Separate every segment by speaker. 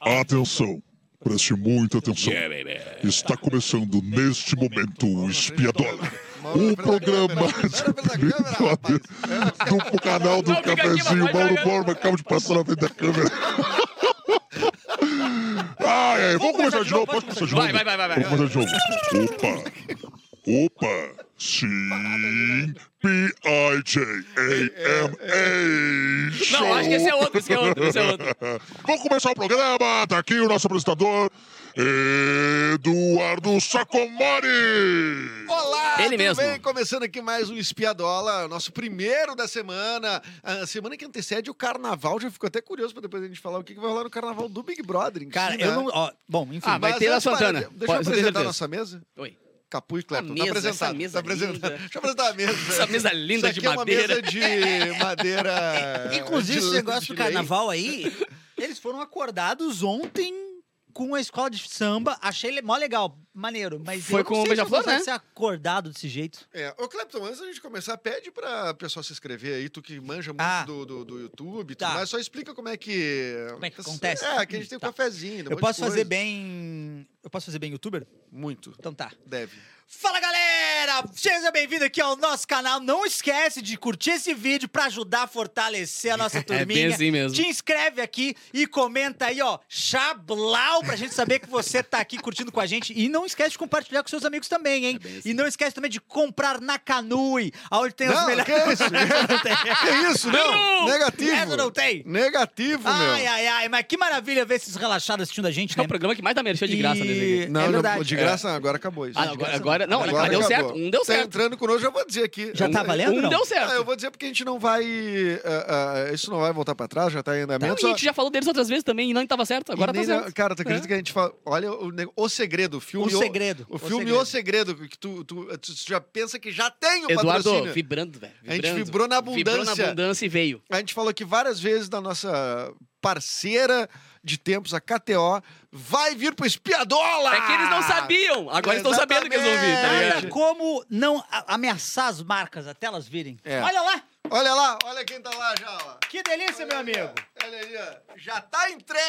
Speaker 1: atenção, preste muita atenção. Está começando neste momento o Espiadola. O programa de opinião do canal do Cafezinho. Mauro Borba acaba de passar na frente da câmera. Ai, ai, vamos começar de novo, pode começar de novo.
Speaker 2: Vai, vai, vai, vai, vai.
Speaker 1: Vamos começar de novo. Opa! Opa! Sim! P-I-J-A-M-A!
Speaker 2: Não, acho que esse é outro, esse é outro, esse é outro.
Speaker 1: Vamos começar o programa! Tá aqui o nosso apresentador, Eduardo Sacomori!
Speaker 3: Olá,
Speaker 2: Ele
Speaker 3: tudo
Speaker 2: mesmo.
Speaker 3: bem? Começando aqui mais um Espiadola, nosso primeiro da semana. A semana que antecede o carnaval, já fico até curioso pra depois a gente falar o que que vai rolar no carnaval do Big Brother. em
Speaker 4: Cara,
Speaker 3: si,
Speaker 4: eu
Speaker 3: né?
Speaker 4: não. Ó, bom, enfim.
Speaker 2: Ah, vai
Speaker 3: Mas
Speaker 2: ter a
Speaker 3: antes,
Speaker 2: Santana.
Speaker 3: para,
Speaker 2: Pode-
Speaker 3: Deixa eu
Speaker 2: você tem
Speaker 3: apresentar a
Speaker 2: certeza.
Speaker 3: nossa mesa.
Speaker 2: Oi.
Speaker 3: Capu e Clepton.
Speaker 2: mesa,
Speaker 3: tá apresentado.
Speaker 2: essa mesa é
Speaker 3: tá apresentado.
Speaker 2: linda.
Speaker 3: Deixa eu apresentar a mesa.
Speaker 2: Essa mesa linda
Speaker 3: Isso aqui
Speaker 2: de
Speaker 3: é uma
Speaker 2: madeira.
Speaker 3: mesa de madeira.
Speaker 2: é,
Speaker 4: Inclusive,
Speaker 3: de-
Speaker 4: esse negócio
Speaker 3: de
Speaker 4: do
Speaker 3: lei.
Speaker 4: carnaval aí, eles foram acordados ontem com a escola de samba. Achei le- mó legal, maneiro. Mas
Speaker 2: Foi
Speaker 4: eu não
Speaker 2: com
Speaker 4: sei
Speaker 2: o
Speaker 4: se
Speaker 2: Beija-Flor,
Speaker 4: eu gostaria
Speaker 2: né?
Speaker 4: de ser acordado desse jeito.
Speaker 3: É, ô Clepton, antes da gente começar, pede pra pessoal se inscrever aí, tu que manja muito
Speaker 4: Ah.
Speaker 3: do, do, do YouTube, e
Speaker 4: Tá.
Speaker 3: tudo mais, só explica como é que...
Speaker 4: Como é que acontece?
Speaker 3: É, que a gente tem um
Speaker 4: Tá.
Speaker 3: cafezinho, um
Speaker 4: Eu
Speaker 3: monte
Speaker 4: posso
Speaker 3: de
Speaker 4: fazer
Speaker 3: coisa.
Speaker 4: bem. Eu posso fazer bem youtuber?
Speaker 3: Muito,
Speaker 4: Então tá.
Speaker 3: deve.
Speaker 4: Fala galera! Seja bem-vindo aqui ao nosso canal. Não esquece de curtir esse vídeo pra ajudar a fortalecer a nossa
Speaker 2: É
Speaker 4: turminha.
Speaker 2: bem assim mesmo.
Speaker 4: Te inscreve aqui e comenta aí, ó, chablau, pra gente saber que você tá aqui curtindo com a gente. E não esquece de compartilhar com seus amigos também,
Speaker 2: É
Speaker 4: hein?
Speaker 2: assim.
Speaker 4: E não esquece também de comprar na Canui, aonde tem os
Speaker 3: Não,
Speaker 4: melhores...
Speaker 3: que isso? que isso, não? Negativo.
Speaker 4: Essa Ah, não tem?
Speaker 3: Negativo,
Speaker 4: Ai,
Speaker 3: meu.
Speaker 4: ai, ai, mas que maravilha ver esses relaxados assistindo a gente,
Speaker 2: É o
Speaker 4: né?
Speaker 2: programa que mais dá merchan de graça
Speaker 4: E-
Speaker 2: nesse aqui.
Speaker 3: Não,
Speaker 4: é
Speaker 3: não,
Speaker 4: verdade.
Speaker 3: de graça, não, agora acabou isso.
Speaker 2: Ah,
Speaker 3: De
Speaker 2: não, agora,
Speaker 3: graça,
Speaker 2: agora- não,
Speaker 3: agora
Speaker 2: mas deu
Speaker 3: acabou.
Speaker 2: certo. Um deu
Speaker 3: Tá
Speaker 2: certo.
Speaker 3: entrando conosco, eu vou dizer aqui.
Speaker 4: Já tá valendo,
Speaker 2: Um
Speaker 4: não?
Speaker 2: deu certo.
Speaker 3: Ah, eu vou dizer porque a gente não vai... ah, ah, isso não vai voltar pra trás, já tá em
Speaker 2: Não, e
Speaker 3: andamento.
Speaker 2: a
Speaker 3: só-
Speaker 2: gente já falou deles outras vezes também e não tava certo. Agora
Speaker 3: E
Speaker 2: tá
Speaker 3: nem na-
Speaker 2: certo.
Speaker 3: Cara, tu acredita que a gente fala. Olha o, ne- o segredo, o filme.
Speaker 4: O Segredo,
Speaker 3: O,
Speaker 4: O
Speaker 3: filme O Segredo, que tu, tu, tu já pensa que já tem o
Speaker 2: Eduardo,
Speaker 3: patrocínio.
Speaker 2: vibrando, velho.
Speaker 3: A gente
Speaker 2: vibrando.
Speaker 3: vibrou na
Speaker 2: Vibrou na
Speaker 3: abundância.
Speaker 2: abundância e veio.
Speaker 3: A gente falou aqui várias vezes da nossa parceira de tempos, a KTO, vai vir pro Espiadola!
Speaker 2: É que eles não sabiam. Agora estão sabendo que eles vão vir, tá
Speaker 3: Ah, Exatamente.
Speaker 2: ligado?
Speaker 4: Cara, como não a- ameaçar as marcas até elas virem?
Speaker 3: É.
Speaker 4: Olha lá,
Speaker 3: Olha lá, olha quem tá lá já, ó.
Speaker 4: que
Speaker 2: é
Speaker 4: delícia, meu
Speaker 3: Olha aí,
Speaker 4: amigo.
Speaker 3: ó. Olha aí, ó. Já tá entregue!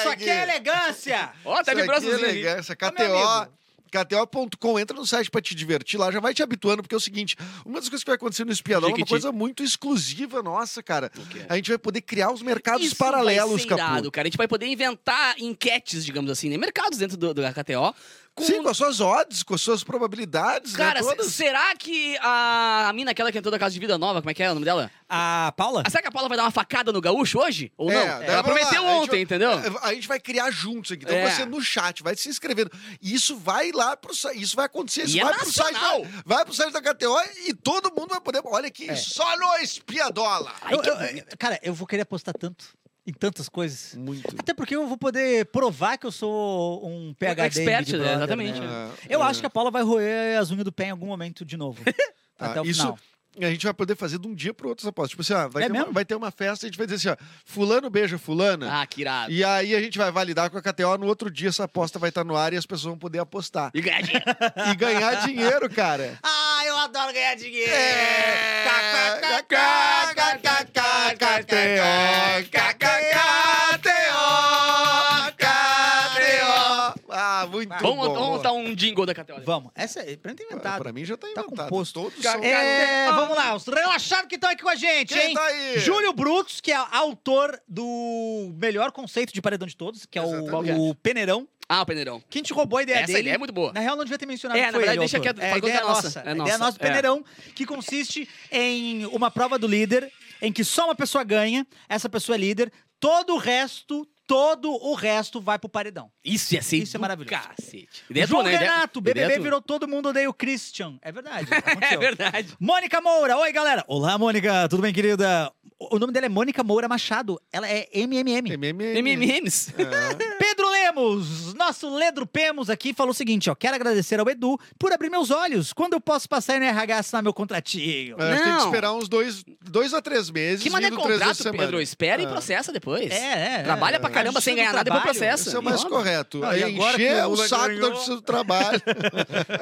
Speaker 4: Isso aqui é elegância.
Speaker 2: Ó, tá
Speaker 3: Isso
Speaker 2: vibrando
Speaker 3: aqui é legal,
Speaker 2: sozinho.
Speaker 3: Essa
Speaker 4: Ô, meu
Speaker 3: KTO.
Speaker 4: amigo.
Speaker 3: KTO.com, entra no site pra te divertir lá, já vai te habituando, porque é o seguinte: uma das coisas que vai acontecer no Espiadão é uma
Speaker 2: Jiquiti.
Speaker 3: coisa muito exclusiva nossa, cara.
Speaker 2: que é?
Speaker 3: A gente vai poder criar os mercados
Speaker 2: Isso vai
Speaker 3: paralelos,
Speaker 2: ser
Speaker 3: Capu.
Speaker 2: irado, cara. A gente vai poder inventar enquetes, digamos assim, né? Mercados dentro do, do KTO. Com
Speaker 3: Sim, com as suas odds, com as suas probabilidades,
Speaker 2: Cara, se-
Speaker 3: né? Todas.
Speaker 2: será que a, a mina aquela que entrou da casa de vida nova, como é que é o nome dela?
Speaker 4: A Paula?
Speaker 2: Ah, será que a Paula vai dar uma facada no gaúcho hoje? Ou não?
Speaker 3: É, daí
Speaker 2: Ela
Speaker 3: vamos lá,
Speaker 2: prometeu
Speaker 3: a gente
Speaker 2: ontem,
Speaker 3: vai-
Speaker 2: entendeu?
Speaker 3: é, A gente vai criar juntos aqui. Então
Speaker 2: É.
Speaker 3: você no chat vai se inscrevendo. E isso vai lá pro site. Isso vai acontecer. Isso
Speaker 2: E é
Speaker 3: vai, pro site,
Speaker 2: nacional. É.
Speaker 3: da- vai pro site da KTO e todo mundo vai poder. Olha aqui, só no Espiadola.
Speaker 2: Ai,
Speaker 4: Eu-
Speaker 2: que
Speaker 4: eu-
Speaker 2: bonito. Hum.
Speaker 4: cara, eu vou querer apostar tanto em tantas coisas.
Speaker 3: Muito.
Speaker 4: Até porque eu vou poder provar que eu sou um PhD. em
Speaker 2: expert,
Speaker 4: Big
Speaker 2: né?
Speaker 4: Brother,
Speaker 2: Exatamente.
Speaker 4: né?
Speaker 3: É,
Speaker 4: Eu
Speaker 3: é.
Speaker 4: acho que a Paula vai roer as unhas do pé em algum momento de novo.
Speaker 3: Tá,
Speaker 4: até o
Speaker 3: isso-
Speaker 4: final.
Speaker 3: A gente vai poder fazer de um dia pro outro essa aposta. Tipo assim, ah, vai,
Speaker 4: É
Speaker 3: ter uma,
Speaker 4: mesmo?
Speaker 3: vai ter uma festa, a gente vai dizer assim, ó, fulano beija fulana.
Speaker 2: Ah, que irado.
Speaker 3: E aí a gente vai validar com a KTO, no outro dia essa aposta vai estar no ar e as pessoas vão poder apostar.
Speaker 2: E ganhar dinheiro.
Speaker 3: E ganhar dinheiro, cara.
Speaker 4: Ah, eu adoro ganhar dinheiro!
Speaker 2: É.
Speaker 3: Ah, muito
Speaker 2: Vamos
Speaker 3: bom.
Speaker 2: vamos montar um jingle da KTO.
Speaker 4: Vamos, essa é pra mim tá
Speaker 3: Ah,
Speaker 4: inventado.
Speaker 3: pra mim já tá
Speaker 4: Tá
Speaker 3: inventado.
Speaker 4: composto.
Speaker 3: Todos
Speaker 2: Ca-
Speaker 3: são...
Speaker 2: É,
Speaker 4: É, vamos lá, os relaxados que estão aqui com a gente,
Speaker 3: Quem
Speaker 4: hein?
Speaker 3: tá aí?
Speaker 4: Júlio Brutus, que é autor do melhor conceito de paredão de todos, que é
Speaker 2: Exatamente.
Speaker 4: o, o Peneirão,
Speaker 2: Ah, o Peneirão.
Speaker 4: que a gente roubou a ideia
Speaker 2: Essa
Speaker 4: dele.
Speaker 2: ideia é muito boa.
Speaker 4: Na real, não devia ter mencionado
Speaker 2: É,
Speaker 4: que
Speaker 2: na
Speaker 4: foi
Speaker 2: verdade,
Speaker 4: ele,
Speaker 2: deixa
Speaker 4: autor.
Speaker 2: quieto,
Speaker 4: É, a
Speaker 2: fala
Speaker 4: ideia
Speaker 2: que
Speaker 4: é
Speaker 2: é
Speaker 4: nossa.
Speaker 2: nossa, é
Speaker 4: A ideia
Speaker 2: nossa,
Speaker 4: é nossa,
Speaker 2: é.
Speaker 4: Peneirão, que consiste em uma prova do líder, em que só uma pessoa ganha, essa pessoa é líder, todo o resto, todo o resto vai pro paredão.
Speaker 2: Isso ia ser
Speaker 4: Isso é
Speaker 2: do
Speaker 4: maravilhoso.
Speaker 2: Cacete. Ideia
Speaker 4: João
Speaker 2: tua, né? Ideia-
Speaker 4: Renato, BBB
Speaker 2: ideia tua.
Speaker 4: virou todo mundo odeia o Christian. É verdade,
Speaker 2: É
Speaker 4: aconteceu.
Speaker 2: verdade.
Speaker 4: Mônica Moura, oi galera. Olá, Mônica, tudo bem, querida? O o nome dela é Mônica Moura Machado. Ela é MMM.
Speaker 3: MMM.
Speaker 2: MMMs.
Speaker 4: Pedro Lemos, nosso Ledro Pemos aqui, falou o seguinte, ó. Quero agradecer ao Edu por abrir meus olhos. Quando eu posso passar aí no RH assinar meu contratinho?
Speaker 3: É, Tem que
Speaker 2: Não.
Speaker 3: esperar uns dois, dois a três meses.
Speaker 2: Que mané
Speaker 3: vindo três vezes
Speaker 2: contrato,
Speaker 3: por semana.
Speaker 2: Pedro? Espera e
Speaker 3: É.
Speaker 2: processa depois.
Speaker 4: Ah. É, é,
Speaker 2: Trabalha
Speaker 4: é.
Speaker 2: pra caramba sem
Speaker 4: Justiça do
Speaker 2: ganhar nada e depois
Speaker 4: trabalho.
Speaker 2: processa.
Speaker 3: Isso é o mais
Speaker 2: Óbvio.
Speaker 3: correto.
Speaker 4: Não, e
Speaker 3: é
Speaker 4: agora que
Speaker 3: encher
Speaker 4: o
Speaker 3: o
Speaker 4: Lula
Speaker 3: saco
Speaker 4: ganhou-
Speaker 3: do seu trabalho.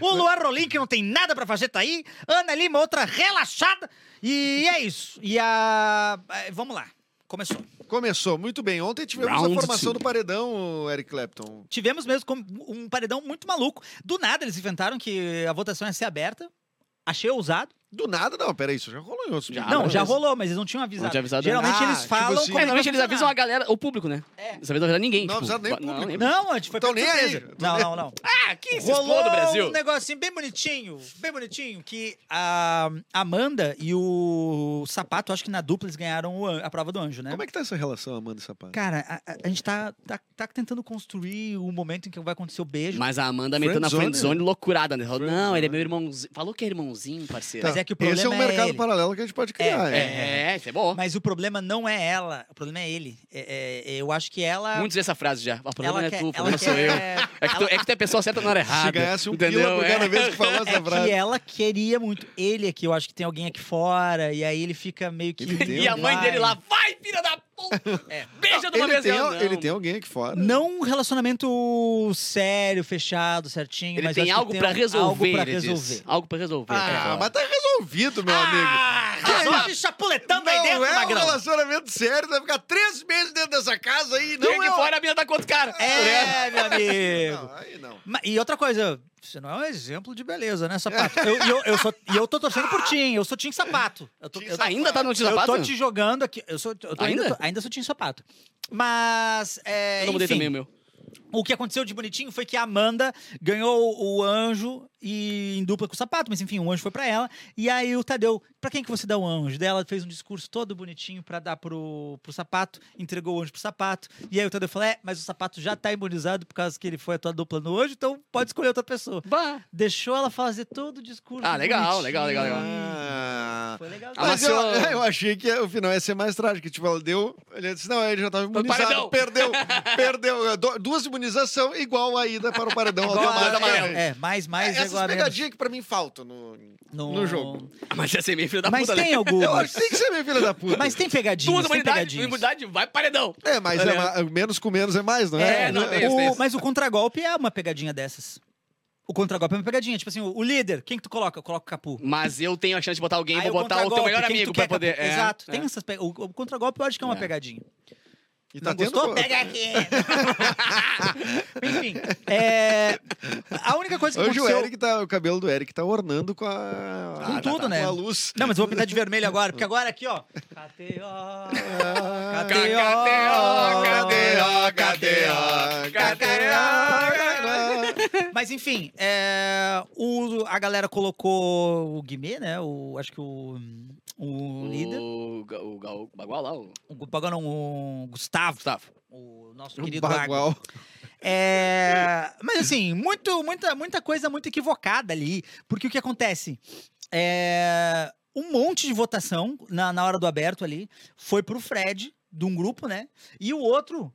Speaker 4: O Luar Rolim, que não tem nada pra fazer, tá aí. Ana Lima, outra relaxada. E é isso. E a... eh, Vamos lá. Começou.
Speaker 3: Começou, muito bem. Ontem tivemos
Speaker 2: Round
Speaker 3: a formação
Speaker 2: two.
Speaker 3: do paredão, Eric Clapton.
Speaker 4: Tivemos mesmo como um paredão muito maluco. Do nada eles inventaram que a votação ia ser aberta. Achei ousado.
Speaker 3: Do nada, não, peraí, isso já rolou em outros
Speaker 2: Já, Ah,
Speaker 4: não,
Speaker 2: mas-
Speaker 4: já rolou, mas eles não tinham avisado.
Speaker 2: Não tinha avisado
Speaker 4: Geralmente
Speaker 3: ainda. Ah,
Speaker 4: eles
Speaker 3: tipo
Speaker 4: falam.
Speaker 2: É,
Speaker 3: assim-
Speaker 4: como é que vai
Speaker 2: normalmente eles avisam a
Speaker 4: funcionar.
Speaker 2: galera, o público, né? É. Eles avisam ninguém.
Speaker 3: Não
Speaker 2: tipo,
Speaker 3: avisaram nem o
Speaker 2: ba- não,
Speaker 3: público.
Speaker 2: nem-
Speaker 4: Não, a gente foi
Speaker 3: Então
Speaker 4: pego de
Speaker 3: nem aí.
Speaker 4: surpresa. Não, não, não.
Speaker 2: Ah, que se
Speaker 4: Rolou
Speaker 2: explode o
Speaker 4: um
Speaker 2: Brasil.
Speaker 4: negocinho bem bonitinho, bem bonitinho, que a Amanda e o Sapato, acho que na dupla eles ganharam o an- a prova do anjo, né?
Speaker 3: Como é que tá essa relação, Amanda e
Speaker 2: é?
Speaker 3: Sapato?
Speaker 4: Cara, a, a- a gente tá, tá, tá tentando construir o momento em que vai acontecer o beijo. Mas,
Speaker 2: Mas a Amanda meteu na
Speaker 3: Friendzone,
Speaker 2: friendzone loucurada, né? Falou, não,
Speaker 3: Friendzone.
Speaker 2: ele é meu irmãozinho. Falou que é irmãozinho, parceiro.
Speaker 4: Mas é que o
Speaker 3: Esse é um
Speaker 4: problema é
Speaker 3: mercado
Speaker 4: ele.
Speaker 3: paralelo que a gente pode criar.
Speaker 2: É, é, isso é bom.
Speaker 4: o problema não é ela, o problema é ele. É- é- eu acho que ela.
Speaker 2: Muitos dizem essa frase já. O problema
Speaker 4: ela
Speaker 2: não é
Speaker 4: quer-
Speaker 2: tu, o
Speaker 4: ela
Speaker 2: problema sou
Speaker 4: quer-
Speaker 2: eu. É que, tu, é que tu é a pessoa certa na hora errada.
Speaker 3: Se ganhasse um
Speaker 2: entendeu?
Speaker 3: pila por cada
Speaker 2: É.
Speaker 3: vez que falasse
Speaker 4: É
Speaker 3: essa frase.
Speaker 4: que ela queria muito ele aqui. Eu acho que tem alguém aqui fora. E aí ele fica meio que.
Speaker 3: Ele tem
Speaker 2: E a mãe
Speaker 4: Vai.
Speaker 2: dele lá, vai, filha da puta! Beija de uma
Speaker 3: Ele
Speaker 2: vez é um-
Speaker 3: tem,
Speaker 2: ela, não.
Speaker 3: ele tem alguém aqui fora.
Speaker 4: Não um relacionamento sério, fechado, certinho.
Speaker 2: Ele
Speaker 4: mas
Speaker 2: tem
Speaker 4: eu acho que
Speaker 2: algo
Speaker 4: tem
Speaker 2: pra
Speaker 4: um-
Speaker 2: resolver.
Speaker 4: Algo pra
Speaker 2: ele diz.
Speaker 4: resolver.
Speaker 2: Algo pra resolver.
Speaker 3: Ah,
Speaker 2: É.
Speaker 3: mas tá resolvido, meu amigo.
Speaker 4: Resolve Ah, chapuletando aí dentro,
Speaker 3: não é um
Speaker 4: Magrão.
Speaker 3: relacionamento sério, vai ficar três meses dentro dessa casa aí, não
Speaker 2: Quem que
Speaker 3: é... um-
Speaker 2: fora a minha tá com outro cara.
Speaker 4: É, meu amigo.
Speaker 3: Não, aí não.
Speaker 4: Ma- E outra coisa, você não é um exemplo de beleza, né, sapato? Eu, eu, eu sou, e eu tô torcendo por ti, hein? Eu sou Tim Sapato. Eu tô, eu,
Speaker 2: Ainda tá no tio
Speaker 4: eu
Speaker 2: sapato?
Speaker 4: tô te jogando aqui. Eu sou, eu tô- ainda?
Speaker 2: Ainda?
Speaker 4: tô- ainda sou Tim Sapato. Mas. É,
Speaker 2: Eu não mudei
Speaker 4: enfim,
Speaker 2: também o meu.
Speaker 4: O que aconteceu de bonitinho foi que a Amanda ganhou o anjo e em dupla com o sapato, mas enfim, o anjo foi pra ela. E aí o Tadeu, pra quem que você dá o anjo? Daí ela fez um discurso todo bonitinho pra dar pro, pro sapato, entregou o anjo pro sapato. E aí o Tadeu falou: é, mas o sapato já tá imunizado por causa que ele foi a tua dupla no anjo, então pode escolher outra pessoa.
Speaker 2: Bah.
Speaker 4: Deixou ela fazer todo o discurso.
Speaker 2: Ah, legal,
Speaker 4: bonitinho.
Speaker 2: legal, legal, legal.
Speaker 3: Ah.
Speaker 4: Foi legal.
Speaker 2: Ah, mas
Speaker 3: Mas eu,
Speaker 2: eu-
Speaker 3: eu achei que o final ia ser mais trágico. Tipo, ela deu. Ele disse, não, ele já tava
Speaker 2: Foi pro paredão.
Speaker 3: imunizado. Perdeu. Perdeu. Du- Duas imunizações igual a ida para o paredão
Speaker 4: Igual a-
Speaker 3: automático.
Speaker 2: amarelo.
Speaker 4: é, é, mais, mais é
Speaker 3: Essas
Speaker 4: igual a menos.
Speaker 3: pegadinhas que pra mim faltam no, no... jogo.
Speaker 2: Ah, Mas ia ser meio filho da
Speaker 4: Mas
Speaker 2: puta,
Speaker 4: tem
Speaker 2: né?
Speaker 3: Eu acho
Speaker 4: algumas.
Speaker 3: que tem que ser minha filha da puta.
Speaker 4: Mas tem pegadinhas.
Speaker 2: Duas
Speaker 4: tem
Speaker 2: humanidade,
Speaker 4: pegadinhas.
Speaker 2: imunidade, vai paredão.
Speaker 3: É, mas é
Speaker 2: Olha.
Speaker 3: ma- menos com menos é mais, não é?
Speaker 2: É, não, tem
Speaker 4: o-
Speaker 2: isso, tem isso.
Speaker 4: mas o contragolpe é uma pegadinha dessas. O contragolpe é uma pegadinha. Tipo assim, o, o líder, quem que tu coloca? Eu coloco o Capu.
Speaker 2: Mas eu tenho a chance de botar alguém,
Speaker 4: Aí
Speaker 2: vou botar o teu
Speaker 4: contragolpe,
Speaker 2: melhor
Speaker 4: quem que tu
Speaker 2: amigo
Speaker 4: quer,
Speaker 2: pra poder.
Speaker 4: Capu?
Speaker 2: é,
Speaker 4: Exato.
Speaker 2: é.
Speaker 4: Tem essas pe- o, o contragolpe eu acho que é uma
Speaker 2: É. tá
Speaker 4: pegadinha.
Speaker 3: E tá
Speaker 4: Não gostou? É
Speaker 3: co-
Speaker 4: Pega aqui. Enfim, é, a única coisa que
Speaker 3: Hoje o
Speaker 4: aconteceu...
Speaker 3: Eric tá. O cabelo do Eric tá ornando com a. ah, tá
Speaker 4: Com tudo,
Speaker 3: com
Speaker 4: né?
Speaker 3: a luz.
Speaker 4: Não, mas eu vou pintar de vermelho agora, porque agora aqui, ó... KTO,
Speaker 2: um
Speaker 3: Ah,
Speaker 4: KTO,
Speaker 3: KTO, KTO, KTO.
Speaker 4: Mas enfim, é, o- a galera colocou o Guimê, né? O, acho que o, o líder.
Speaker 2: O, Ga- o, Ga- o Bagual lá, o
Speaker 4: O, Gustavo não, o um Gustavo,
Speaker 2: Gustavo.
Speaker 4: o nosso
Speaker 3: Um
Speaker 4: querido Bagual.
Speaker 3: bagual.
Speaker 4: É, mas assim, muito, muita, muita coisa muito equivocada ali. Porque o que acontece? É, um monte de votação na, na hora do aberto ali foi pro Fred, de um grupo, né? E o outro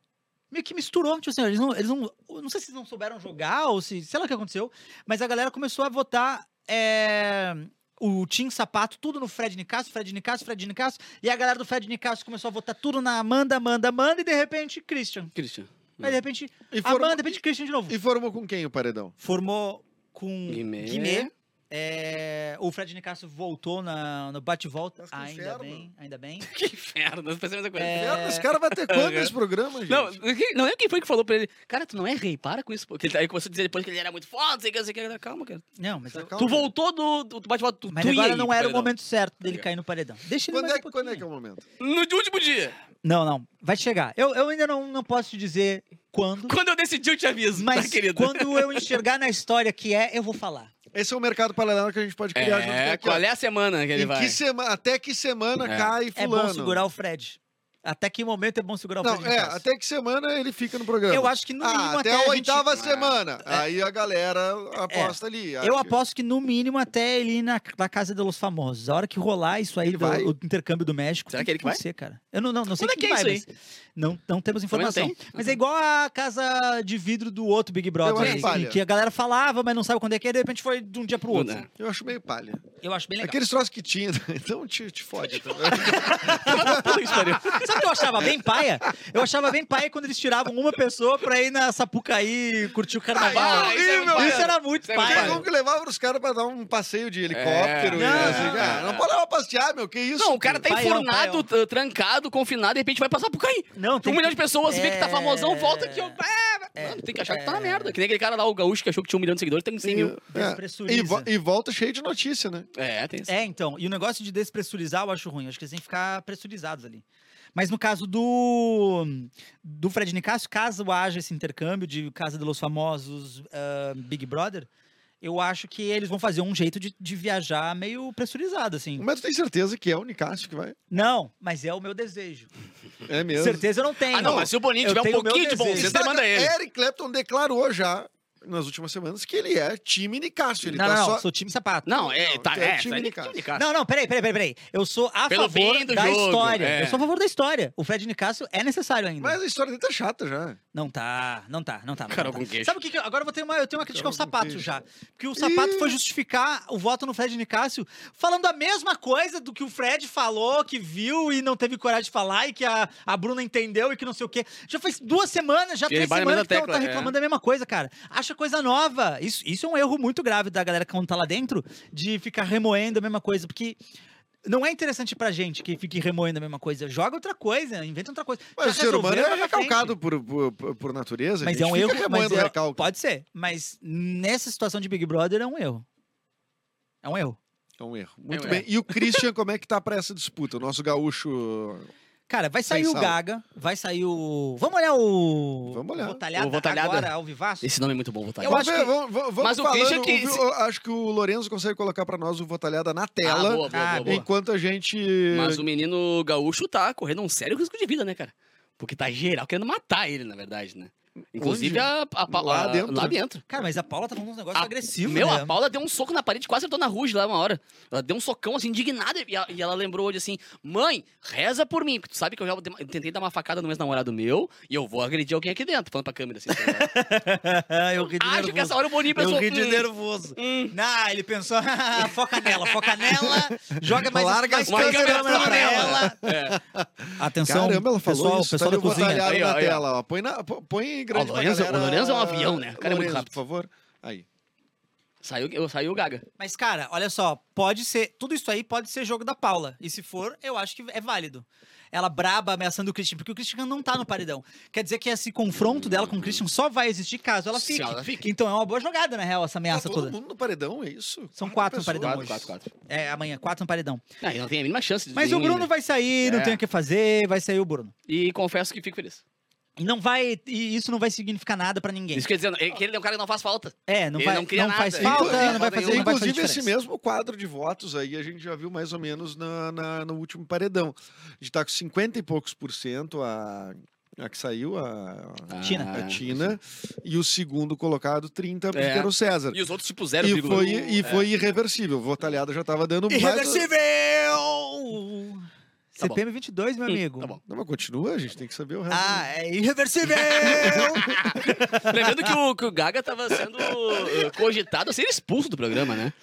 Speaker 4: meio que misturou. Tipo assim, eles não, eles não. eu Não sei se eles não souberam jogar ou se. Sei lá o que aconteceu. Mas a galera começou a votar. é, o Tim Sapato, tudo no Fred Nicasso, Fred Nicasso, Fred Nicasso. E a galera do Fred Nicasso começou a votar tudo na Amanda, Amanda, Amanda. E de repente, Christian.
Speaker 2: Christian.
Speaker 4: Aí de repente,
Speaker 3: E
Speaker 4: a
Speaker 3: formou,
Speaker 4: banda, de repente, Christian de novo.
Speaker 3: e formou com quem o paredão?
Speaker 4: Formou com
Speaker 2: Guimê.
Speaker 4: Guimê. É, o Fred Nicasso voltou na, no bate-volta.
Speaker 3: Mas que
Speaker 4: Ainda
Speaker 3: inferno.
Speaker 4: bem, ainda bem.
Speaker 2: Que inferno, eu pensei a mesma coisa.
Speaker 4: É.
Speaker 3: Inferno, Esse cara vai ter quando
Speaker 2: Aham.
Speaker 3: nesse programa, gente?
Speaker 2: Uhum. Não, quem- não é quem foi que falou pra ele, cara, tu não é rei, para com isso. pô." Porque ele, aí ele começou a dizer depois que ele era muito foda, não sei o que, não sei o que. Calma, cara.
Speaker 4: Não, mas,
Speaker 3: é Calma.
Speaker 2: Tu voltou do, do do bate-volta, tu,
Speaker 4: mas
Speaker 2: tu ia
Speaker 4: agora
Speaker 2: aí,
Speaker 4: não era
Speaker 2: paredão.
Speaker 4: o momento certo dele
Speaker 2: Legal.
Speaker 4: cair no paredão. Deixa
Speaker 3: Tá
Speaker 4: ele
Speaker 3: Quando
Speaker 4: mais
Speaker 3: é,
Speaker 4: um
Speaker 3: quando é que é
Speaker 4: pouquinho.
Speaker 3: o momento?
Speaker 2: No último dia.
Speaker 4: Não, não. Vai chegar. Eu, eu ainda não, não posso te dizer quando.
Speaker 2: Quando eu decidi, eu te aviso,
Speaker 4: Mas
Speaker 2: tá, querido?
Speaker 4: quando eu enxergar na história que é, eu vou falar.
Speaker 3: Esse é o mercado paralelo que a gente pode criar junto com
Speaker 2: É,
Speaker 3: aqui, ó.
Speaker 2: qual é a semana que ele
Speaker 3: Em
Speaker 2: vai?
Speaker 3: que sema- Até que semana
Speaker 2: É.
Speaker 3: cai
Speaker 4: É
Speaker 3: fulano?
Speaker 4: bom segurar o Fred. Até que momento é bom segurar o
Speaker 3: Não,
Speaker 4: Fred?
Speaker 3: é,
Speaker 4: Nicasso?
Speaker 3: até que semana ele fica no programa.
Speaker 4: Eu acho que no
Speaker 3: Ah,
Speaker 4: mínimo
Speaker 3: até,
Speaker 4: até,
Speaker 3: a
Speaker 4: gente- É.
Speaker 3: oitava
Speaker 2: gente-
Speaker 3: semana. Aí a galera aposta ali. acho
Speaker 4: Eu
Speaker 3: que-
Speaker 4: aposto que no mínimo até ele ir na, na Casa dos Famosos. A hora que rolar isso aí,
Speaker 3: Ele
Speaker 4: do-
Speaker 3: vai?
Speaker 4: o intercâmbio do México.
Speaker 2: Será
Speaker 4: tem
Speaker 2: que ele que vai?
Speaker 4: acontecer, cara. Eu não, não, não sei
Speaker 2: Quando é
Speaker 4: quem
Speaker 2: que é
Speaker 4: vai,
Speaker 2: isso
Speaker 4: mas não, não temos
Speaker 2: Também não
Speaker 4: informação.
Speaker 2: tem?
Speaker 4: Mas é igual a casa de vidro do outro Big
Speaker 3: Eu
Speaker 4: Brother,
Speaker 3: acho
Speaker 4: aí, que,
Speaker 3: palha.
Speaker 4: que a galera falava, mas não sabe quando é que é, de repente foi de um dia pro outro.
Speaker 2: Não.
Speaker 3: Eu acho meio palha. É
Speaker 4: Eu acho bem legal.
Speaker 3: Aqueles troços que tinha, então te, te fode. também.
Speaker 2: Tá Puta que pariu.
Speaker 4: Sabe Sabe o que eu achava bem paia? Eu achava bem paia quando eles tiravam uma pessoa pra ir na Sapucaí curtir o carnaval.
Speaker 3: Ah,
Speaker 2: isso é
Speaker 3: horrível,
Speaker 2: paia.
Speaker 4: Isso
Speaker 2: Isso é
Speaker 4: era muito
Speaker 2: muito
Speaker 3: Tinha
Speaker 2: paia.
Speaker 4: paia.
Speaker 3: como que levava os caras pra dar um passeio de helicóptero. e
Speaker 4: É. Não,
Speaker 3: assim,
Speaker 4: não,
Speaker 3: ah, não pode levar pra passear, meu, que isso?
Speaker 2: Não, o cara tá
Speaker 4: Paião,
Speaker 2: enfornado, t- trancado, confinado, de repente vai passar por cair.
Speaker 4: Não,
Speaker 2: Um
Speaker 4: tem
Speaker 2: milhão
Speaker 4: que-
Speaker 2: de pessoas vê que tá
Speaker 4: É.
Speaker 2: famosão, volta aqui, ó. Ah, Mano, tem que achar que tá na merda. Que nem aquele cara lá, o gaúcho, que achou que tinha um milhão de seguidores, tem
Speaker 4: assim,
Speaker 2: 100 mil.
Speaker 3: É, e, vo- e volta cheio de notícia, né?
Speaker 2: É, tem isso.
Speaker 4: É, então. E o negócio de despressurizar eu acho ruim. Acho que eles têm que ficar pressurizados ali. Mas no caso do do Fred Nicásio, caso haja esse intercâmbio de Casa de los Famosos, ah, Big Brother, eu acho que eles vão fazer um jeito de, de viajar meio pressurizado, assim.
Speaker 3: Mas tu tem certeza que é o Nicásio que vai?
Speaker 4: Não, mas é o meu desejo.
Speaker 3: É mesmo.
Speaker 4: Certeza eu não tenho.
Speaker 2: Ah, não, mas se o Boninho
Speaker 4: Eu
Speaker 2: tiver um
Speaker 4: tenho o meu
Speaker 2: pouquinho de bom
Speaker 4: desejo. É.
Speaker 2: senso,
Speaker 3: Está-
Speaker 2: você manda ele.
Speaker 3: Eric Clapton declarou já, nas últimas semanas, que ele é time Nicásio. Ele
Speaker 4: Não,
Speaker 3: tá
Speaker 4: não,
Speaker 3: só...
Speaker 4: sou time sapato.
Speaker 2: Não, é,
Speaker 3: Não,
Speaker 2: tá,
Speaker 3: tu é
Speaker 2: é.
Speaker 3: time
Speaker 2: tá,
Speaker 3: de
Speaker 2: ele-
Speaker 3: casa.
Speaker 2: time de casa.
Speaker 4: Não, não, peraí, peraí, peraí, peraí. Eu sou a
Speaker 2: Pelo bem
Speaker 4: favor
Speaker 2: do
Speaker 4: da
Speaker 2: jogo,
Speaker 4: história.
Speaker 2: é.
Speaker 4: Eu sou a favor da história. O Fred Nicásio é necessário ainda.
Speaker 3: Mas a história dele tá chata já.
Speaker 4: Não tá, não tá, não tá. não
Speaker 2: Carol
Speaker 4: tá.
Speaker 2: com queijo.
Speaker 4: Sabe o que, que eu- agora eu vou ter uma, eu tenho uma crítica ao
Speaker 3: Carol com
Speaker 4: sapato
Speaker 3: queijo.
Speaker 4: já, porque o sapato foi justificar o voto no Fred Nicásio falando a mesma coisa do que o Fred falou, que viu e não teve coragem de falar e que a, a Bruna entendeu e que não sei o quê. Já faz duas semanas, já
Speaker 2: E ele
Speaker 4: três
Speaker 2: vai na
Speaker 4: semanas que
Speaker 2: mesma
Speaker 4: tá,
Speaker 2: tecla,
Speaker 4: tá
Speaker 2: é.
Speaker 4: reclamando da mesma coisa, cara. Acha coisa nova. Isso, isso é um erro muito grave da galera que quando tá lá dentro de ficar remoendo a mesma coisa, porque não é interessante pra gente que fique remoendo a mesma coisa. Joga outra coisa, inventa outra coisa.
Speaker 3: Mas
Speaker 4: Já
Speaker 3: o ser humano
Speaker 4: resolveram,
Speaker 3: é
Speaker 4: vai pra tá frente.
Speaker 3: recalcado por, por, por natureza.
Speaker 4: Mas
Speaker 3: a
Speaker 4: é
Speaker 3: gente
Speaker 4: um
Speaker 3: fica
Speaker 4: erro. Mas
Speaker 3: remoendo
Speaker 4: é-
Speaker 3: recalque.
Speaker 4: pode ser. Mas nessa situação de Big Brother é um erro. É um erro.
Speaker 3: É um erro. Muito
Speaker 2: um
Speaker 3: bem. E o Christian, como é que tá pra essa disputa? O nosso gaúcho.
Speaker 4: Cara, vai sair
Speaker 3: Sem
Speaker 4: o
Speaker 3: sal.
Speaker 4: Gaga, vai sair o. Vamos olhar o.
Speaker 3: Vamos olhar.
Speaker 4: O Votalhada,
Speaker 2: O Votalhada.
Speaker 4: agora, ao vivaço.
Speaker 2: Esse nome é muito bom, vou tá
Speaker 4: Eu
Speaker 2: aí.
Speaker 4: acho
Speaker 3: ver,
Speaker 4: que-
Speaker 3: vamos, vamos- vamos
Speaker 2: Mas o
Speaker 3: falando,
Speaker 2: Christian é que-
Speaker 3: o- o- acho que o Lorenzo consegue colocar pra nós o Votalhada na
Speaker 2: Ah,
Speaker 3: tela.
Speaker 2: boa, boa,
Speaker 4: Ah,
Speaker 2: boa, boa.
Speaker 3: Enquanto a gente.
Speaker 2: Mas o menino gaúcho tá correndo um sério risco de vida, né, cara? Porque tá geral querendo matar ele, na verdade, né? Inclusive a, a, Pa-
Speaker 3: Lá
Speaker 2: a-
Speaker 3: dentro,
Speaker 2: Lá
Speaker 3: né?
Speaker 2: dentro.
Speaker 4: Cara, mas a Paula tá falando uns negócios
Speaker 2: A-
Speaker 4: agressivos.
Speaker 2: Ah, Meu,
Speaker 4: né?
Speaker 2: a Paula deu um soco na parede, quase acertou na Ruge lá uma hora. Ela deu um socão assim, indignada. E ela, e ela lembrou hoje assim: Mãe, reza por mim, porque tu sabe que eu já dei- tentei dar uma facada no ex-namorado meu e eu vou agredir alguém aqui dentro. Falando pra câmera assim. tá ligado?
Speaker 4: eu ri de nervoso.
Speaker 2: Acho que essa hora o Boninho pensou.
Speaker 4: Eu ri de
Speaker 2: "Hum,
Speaker 4: nervoso.
Speaker 2: hum,
Speaker 4: Não, ele pensou, "Ah, foca nela, foca nela, joga mais
Speaker 3: Larga
Speaker 4: mais
Speaker 3: as
Speaker 2: uma
Speaker 4: três
Speaker 2: câmera
Speaker 4: câmeras
Speaker 2: pra ela. É.
Speaker 4: Atenção,
Speaker 3: Caramba, ela falou
Speaker 4: pessoal,
Speaker 3: isso.
Speaker 4: pessoal
Speaker 3: tá
Speaker 4: da
Speaker 3: ali o
Speaker 4: cozinha.
Speaker 3: Votalhada
Speaker 2: Aí, ó,
Speaker 3: na
Speaker 2: aí, ó.
Speaker 3: tela, ó. Põe, na, pô- põe em grande
Speaker 2: Ó,
Speaker 3: pra
Speaker 2: Lorenzo-
Speaker 3: galera.
Speaker 2: o Lorenzo é um avião, né? O cara é muito
Speaker 3: Lorenzo,
Speaker 2: rápido.
Speaker 3: por favor. Aí.
Speaker 2: Saiu, eu, saiu o Gaga.
Speaker 4: Mas, cara, olha só, pode ser. Tudo isso aí pode ser jogo da Paula. E se for, eu acho que é válido. Ela braba ameaçando o Christian, porque o Christian não tá no paredão. Quer dizer que esse confronto dela com o Christian só vai existir caso ela
Speaker 2: Se
Speaker 4: fique.
Speaker 2: ela fique.
Speaker 4: Então é uma boa jogada, na real, essa
Speaker 3: Tá
Speaker 4: ameaça
Speaker 3: todo
Speaker 4: toda.
Speaker 3: mundo no paredão, é isso?
Speaker 4: São quatro
Speaker 3: pessoas.
Speaker 4: no paredão.
Speaker 2: Quatro,
Speaker 4: hoje.
Speaker 2: quatro, quatro.
Speaker 4: É, amanhã, quatro no paredão.
Speaker 2: Não, ele não tem a mínima chance de
Speaker 4: Mas o
Speaker 2: nenhum
Speaker 4: Bruno
Speaker 2: ainda.
Speaker 4: vai sair, não
Speaker 2: É.
Speaker 4: tem o que fazer, vai sair o Bruno.
Speaker 2: E confesso que fico feliz.
Speaker 4: E não vai. E isso não vai significar nada pra ninguém.
Speaker 2: Isso quer dizer, é que ele é um cara que não faz falta.
Speaker 4: É, não
Speaker 2: Ele
Speaker 4: vai.
Speaker 2: não cria nada.
Speaker 4: faz
Speaker 2: Ele
Speaker 4: falta,
Speaker 2: não faz
Speaker 4: não vai
Speaker 2: falta
Speaker 4: fazer.
Speaker 2: nenhuma.
Speaker 4: Não vai fazer
Speaker 3: Inclusive, esse
Speaker 4: diferença.
Speaker 3: mesmo quadro de votos aí, a gente já viu mais ou menos na, na- no último paredão. A gente tá com 50 e poucos por cento a, a que saiu, a,
Speaker 4: É Tina.
Speaker 2: Ah,
Speaker 3: a Ah, é Tina, e o segundo colocado 30, porque
Speaker 2: É.
Speaker 3: era o César.
Speaker 2: E os outros tipo
Speaker 3: E,
Speaker 2: 0,
Speaker 3: foi, e foi irreversível. O Votalhada já tava dando mais-
Speaker 4: Irreversível!
Speaker 2: Tá bom.
Speaker 4: CPM 22, meu amigo.
Speaker 2: Tá bom.
Speaker 3: Não, mas continua, a gente tem que saber o resto.
Speaker 4: Ah, é irreversível!
Speaker 2: Lembrando que o, que o Gaga tava sendo eh, cogitado a ser expulso do programa, né?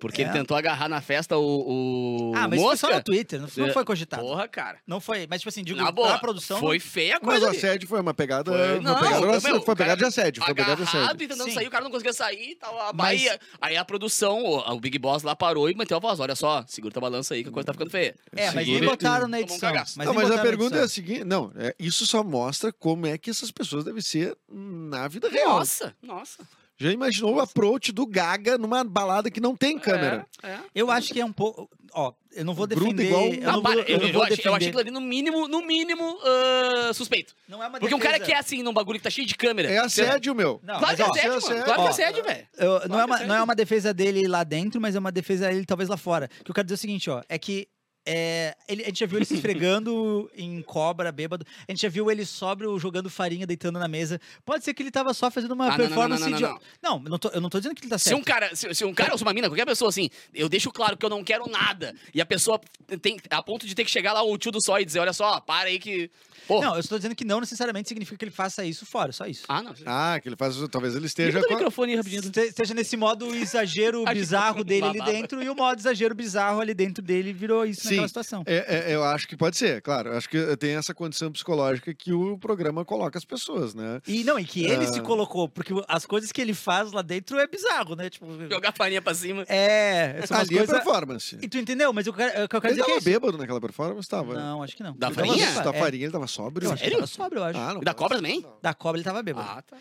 Speaker 2: Porque
Speaker 4: É.
Speaker 2: ele tentou agarrar na festa o, o
Speaker 4: ah, mas isso foi
Speaker 2: Mosca.
Speaker 4: só no Twitter, não não
Speaker 2: É,
Speaker 4: foi cogitado.
Speaker 2: Porra, cara.
Speaker 4: Não foi, mas tipo assim, digo,
Speaker 2: na boa.
Speaker 4: a produção...
Speaker 2: foi feia a
Speaker 3: Mas
Speaker 2: é coisa.
Speaker 3: o
Speaker 2: ali.
Speaker 3: assédio foi uma pegada.
Speaker 2: Foi-
Speaker 3: Foi,
Speaker 2: não,
Speaker 3: pegada,
Speaker 2: meu,
Speaker 3: de assédio, foi
Speaker 2: o cara
Speaker 3: pegada de assédio. Foi pegada de
Speaker 2: Agarrado
Speaker 3: assédio.
Speaker 2: e tentando
Speaker 4: Sim.
Speaker 2: sair, o cara não conseguia sair. Tal, a
Speaker 4: Mas-
Speaker 2: Bahia. Aí a produção, o, o Big Boss lá parou e meteu a voz. Olha só, segura tua balança aí que a coisa tá ficando feia.
Speaker 4: É, mas
Speaker 2: Segura-
Speaker 4: nem botaram na
Speaker 2: Tomou um
Speaker 4: edição.
Speaker 2: cagaço.
Speaker 4: mas
Speaker 3: não,
Speaker 4: nem
Speaker 3: mas a
Speaker 4: botaram na
Speaker 3: pergunta é a
Speaker 4: edição.
Speaker 3: seguinte: não, é, isso só mostra como é que essas pessoas devem ser na vida
Speaker 4: um
Speaker 3: real.
Speaker 2: Nossa, nossa.
Speaker 3: Já imaginou o approach do Gaga numa balada que não tem câmera?
Speaker 2: É, é.
Speaker 4: Eu acho que é um pouco... Ó, eu não vou
Speaker 3: Bruto
Speaker 4: defender...
Speaker 3: igual-
Speaker 2: Não,
Speaker 4: eu não vou,
Speaker 2: para, eu,
Speaker 4: não
Speaker 2: eu
Speaker 4: vou
Speaker 2: achei, eu achei aquilo
Speaker 4: defender-
Speaker 2: ali no mínimo, no mínimo, ah, suspeito.
Speaker 4: Não é uma
Speaker 2: Porque um cara
Speaker 4: defesa.
Speaker 2: que é assim num bagulho que tá cheio de câmera.
Speaker 3: É assédio, meu.
Speaker 4: Não,
Speaker 2: Claro
Speaker 4: mas
Speaker 2: que
Speaker 4: ó,
Speaker 2: é
Speaker 3: é
Speaker 2: assédio,
Speaker 3: assédio.
Speaker 2: mano. Claro que
Speaker 4: Ó,
Speaker 2: é assédio, velho.
Speaker 4: Eu- não,
Speaker 2: Claro
Speaker 4: é uma,
Speaker 2: que é
Speaker 4: não é
Speaker 2: sério.
Speaker 4: uma defesa dele lá dentro, mas é uma defesa dele talvez lá fora. O que eu quero dizer é o seguinte, ó, é que é, ele- a gente já viu ele se esfregando em cobra, bêbado. A gente já viu ele sóbrio jogando farinha, deitando na mesa. Pode ser que ele tava só fazendo uma
Speaker 2: Ah, não, não,
Speaker 4: performance
Speaker 2: não, não, não,
Speaker 4: idiota. Não, eu não tô, eu não tô dizendo que ele tá
Speaker 2: Se
Speaker 4: certo.
Speaker 2: um cara, se, se um cara ou se uma mina, qualquer pessoa assim, eu deixo claro que eu não quero nada. E a pessoa tem a ponto de ter que chegar lá o tio do só e dizer, olha só, para aí que. Pô.
Speaker 4: Não, eu só tô dizendo que não necessariamente significa que ele faça isso fora, só isso.
Speaker 2: Ah, não.
Speaker 3: Ah, que ele faz. Talvez ele
Speaker 2: Liga
Speaker 3: esteja.
Speaker 2: o
Speaker 3: com-
Speaker 2: microfone aí rapidinho.
Speaker 4: Se- Seja nesse modo exagero
Speaker 2: Acho que eu
Speaker 4: bizarro
Speaker 2: sou um
Speaker 4: dele ali
Speaker 2: babaca.
Speaker 4: dentro e o modo exagero bizarro ali dentro dele virou isso. né, naquela
Speaker 3: Sim.
Speaker 4: situação.
Speaker 3: É, é, eu acho que pode ser, claro. Eu Acho que eh, tem essa condição psicológica que o programa coloca as pessoas, né?
Speaker 4: E não, e que ele se
Speaker 3: Ah.
Speaker 4: colocou, porque as coisas que ele faz lá dentro é bizarro, né? Tipo,
Speaker 2: Jogar farinha pra cima.
Speaker 4: é, são umas
Speaker 3: Ali é
Speaker 4: coisas...
Speaker 3: performance.
Speaker 4: E tu entendeu? Mas eu quero, eu quero
Speaker 3: Ele
Speaker 4: dizer que é
Speaker 3: tava
Speaker 4: isso.
Speaker 3: bêbado naquela performance? Tava. né?
Speaker 4: Não, acho que não.
Speaker 2: Da
Speaker 4: Ele tava
Speaker 2: farinha?
Speaker 3: Ele
Speaker 4: bêbado,
Speaker 3: tava, da
Speaker 4: é.
Speaker 3: farinha, ele tava sóbrio?
Speaker 4: Eu acho que ele
Speaker 2: Sério?
Speaker 4: tava sóbrio, eu acho.
Speaker 3: Ah, não
Speaker 2: E da
Speaker 3: pode
Speaker 2: cobra
Speaker 3: ser.
Speaker 2: também?
Speaker 3: Não.
Speaker 4: Da cobra ele tava bêbado.
Speaker 2: Ah, tá.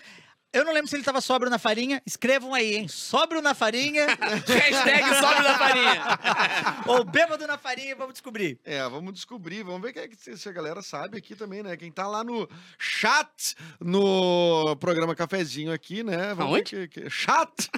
Speaker 4: Eu não lembro se ele tava sóbrio na farinha. Escrevam aí, hein? Sóbrio na farinha
Speaker 2: Hashtag sobe da farinha.
Speaker 4: ou bêbado na farinha, vamos descobrir.
Speaker 3: É, vamos descobrir, vamos ver quem é que se se a galera sabe aqui também, né? Quem tá lá no chat, no programa Cafezinho aqui, né? Vamos ver
Speaker 2: Aonde?
Speaker 3: que- que- chat!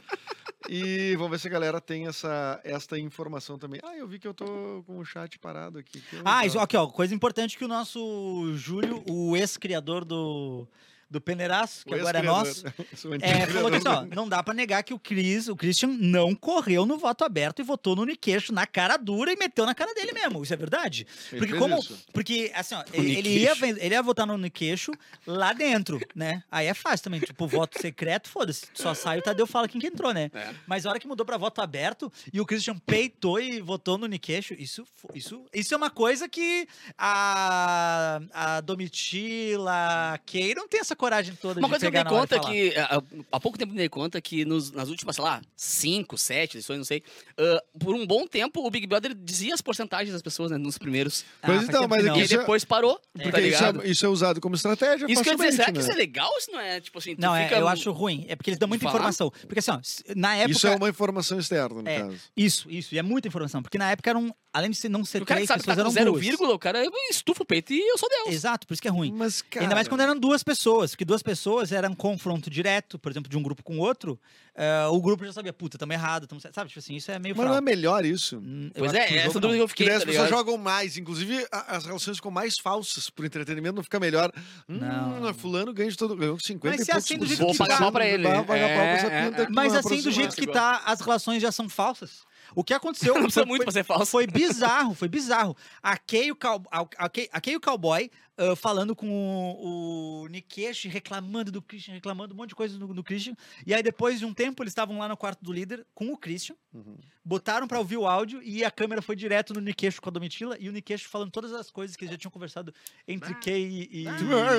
Speaker 3: e vamos ver se a galera tem essa, esta informação também. Ah, eu vi que eu tô com o chat parado aqui. que
Speaker 4: Ah,
Speaker 3: legal.
Speaker 4: isso, aqui, ó. Coisa importante que o nosso Júlio, o ex-criador do, do Peneiraço, que
Speaker 3: O
Speaker 4: agora é
Speaker 3: ex-criador.
Speaker 4: nosso,
Speaker 3: Sou antigo
Speaker 4: é, falou que assim, ó,
Speaker 3: criador.
Speaker 4: não dá pra negar que o Chris, o Christian, não correu no voto aberto e votou no Uniqueixo na cara dura e meteu na cara dele mesmo. Isso é verdade?
Speaker 3: Ele
Speaker 4: Porque
Speaker 3: fez
Speaker 4: como.
Speaker 3: isso.
Speaker 4: Porque, assim, ó,
Speaker 2: O
Speaker 4: ele, ele ia,
Speaker 2: Niqueixo.
Speaker 4: ven- ele ia votar no Niqueixo lá dentro, né? Aí é fácil também. Tipo, voto secreto, foda-se. Só sai o Tadeu fala quem que entrou, né?
Speaker 2: É.
Speaker 4: Mas a hora que mudou pra voto aberto e o Christian peitou e votou no Niqueixo, isso, fo- isso, isso é uma coisa que a, a Domitila, a Kay não tem essa coragem toda
Speaker 2: Uma
Speaker 4: de
Speaker 2: coisa que eu me
Speaker 4: pegar
Speaker 2: dei
Speaker 4: na hora e
Speaker 2: conta
Speaker 4: falar.
Speaker 2: que. ah, ah, Há pouco tempo eu me dei conta que nos- nas últimas, sei lá, 5, 7 edições, não sei. ah, por um bom tempo, o Big Brother dizia as porcentagens das pessoas né, nos primeiros.
Speaker 4: Ah,
Speaker 3: Mas
Speaker 4: faz
Speaker 3: então,
Speaker 4: tempo
Speaker 3: mas
Speaker 4: que
Speaker 2: E
Speaker 4: não.
Speaker 3: aqui
Speaker 2: aí
Speaker 3: isso é-
Speaker 2: depois parou.
Speaker 4: É,
Speaker 2: tá
Speaker 3: Porque isso,
Speaker 2: ligado?
Speaker 3: é, isso é usado como estratégia.
Speaker 2: Isso que eu ia dizer, será que isso é
Speaker 3: facilmente, né?
Speaker 2: legal ou isso não é? Tipo assim, tu
Speaker 4: Não, é,
Speaker 2: fica.
Speaker 4: eu acho ruim. É porque eles dão muita
Speaker 2: Falar? um-
Speaker 4: informação. Porque assim, ó, s- na época.
Speaker 3: Isso é uma informação externa, no
Speaker 4: É.
Speaker 3: caso.
Speaker 4: Isso, isso. E é muita informação. Porque na época eram. Além de ser- não ser
Speaker 2: O cara que
Speaker 4: três
Speaker 2: sabe que
Speaker 4: pessoas,
Speaker 2: tá com
Speaker 4: eram
Speaker 2: zero
Speaker 4: duas.
Speaker 2: vírgula, o cara estufa o peito e eu sou Deus.
Speaker 4: Exato, por isso que é ruim.
Speaker 3: Mas, cara...
Speaker 4: Ainda mais quando é eram duas pessoas, porque duas pessoas era um confronto direto, por exemplo, de um grupo com o outro. eh, o grupo já sabia, puta, tamo errado, tamo certo. Sabe, tipo assim, isso é meio
Speaker 3: Mas não é
Speaker 4: fraco.
Speaker 3: melhor isso?
Speaker 2: Pois é, essa dúvida que eu
Speaker 3: Que
Speaker 2: fiquei.
Speaker 3: daí as
Speaker 2: tá
Speaker 3: pessoas
Speaker 2: ligado?
Speaker 3: jogam mais, inclusive a- as relações ficam mais falsas pro entretenimento, não fica melhor. Hum,
Speaker 4: Não.
Speaker 3: fulano ganha de todo ganhou 50
Speaker 4: Mas
Speaker 3: e
Speaker 4: se é
Speaker 3: poucos
Speaker 4: assim do
Speaker 3: por
Speaker 4: jeito
Speaker 3: cento,
Speaker 4: que tá-
Speaker 3: vou pagar pau pra
Speaker 2: É,
Speaker 3: ele. Vou pagar pau pra essa
Speaker 2: é,
Speaker 3: pinta
Speaker 2: é.
Speaker 3: aqui,
Speaker 4: Mas
Speaker 3: vamos
Speaker 4: assim, do
Speaker 3: aproximar.
Speaker 4: jeito que tá, as relações já são falsas. O que aconteceu
Speaker 2: Não precisa
Speaker 4: foi,
Speaker 2: muito
Speaker 4: foi,
Speaker 2: pra ser falso.
Speaker 4: foi bizarro, foi bizarro. A Kay, o, cow- a- a Kay- a Kay e o cowboy ah, falando com o, o Nikesh, reclamando do Christian, reclamando um monte de coisa do, do Christian. E aí, depois de um tempo, eles estavam lá no quarto do líder com o Christian,
Speaker 3: Uhum.
Speaker 4: botaram pra ouvir o áudio e a câmera foi direto no Nikesh com a Domitila e o Nikesh falando todas as coisas que eles já tinham conversado entre Kay e- e,
Speaker 3: É,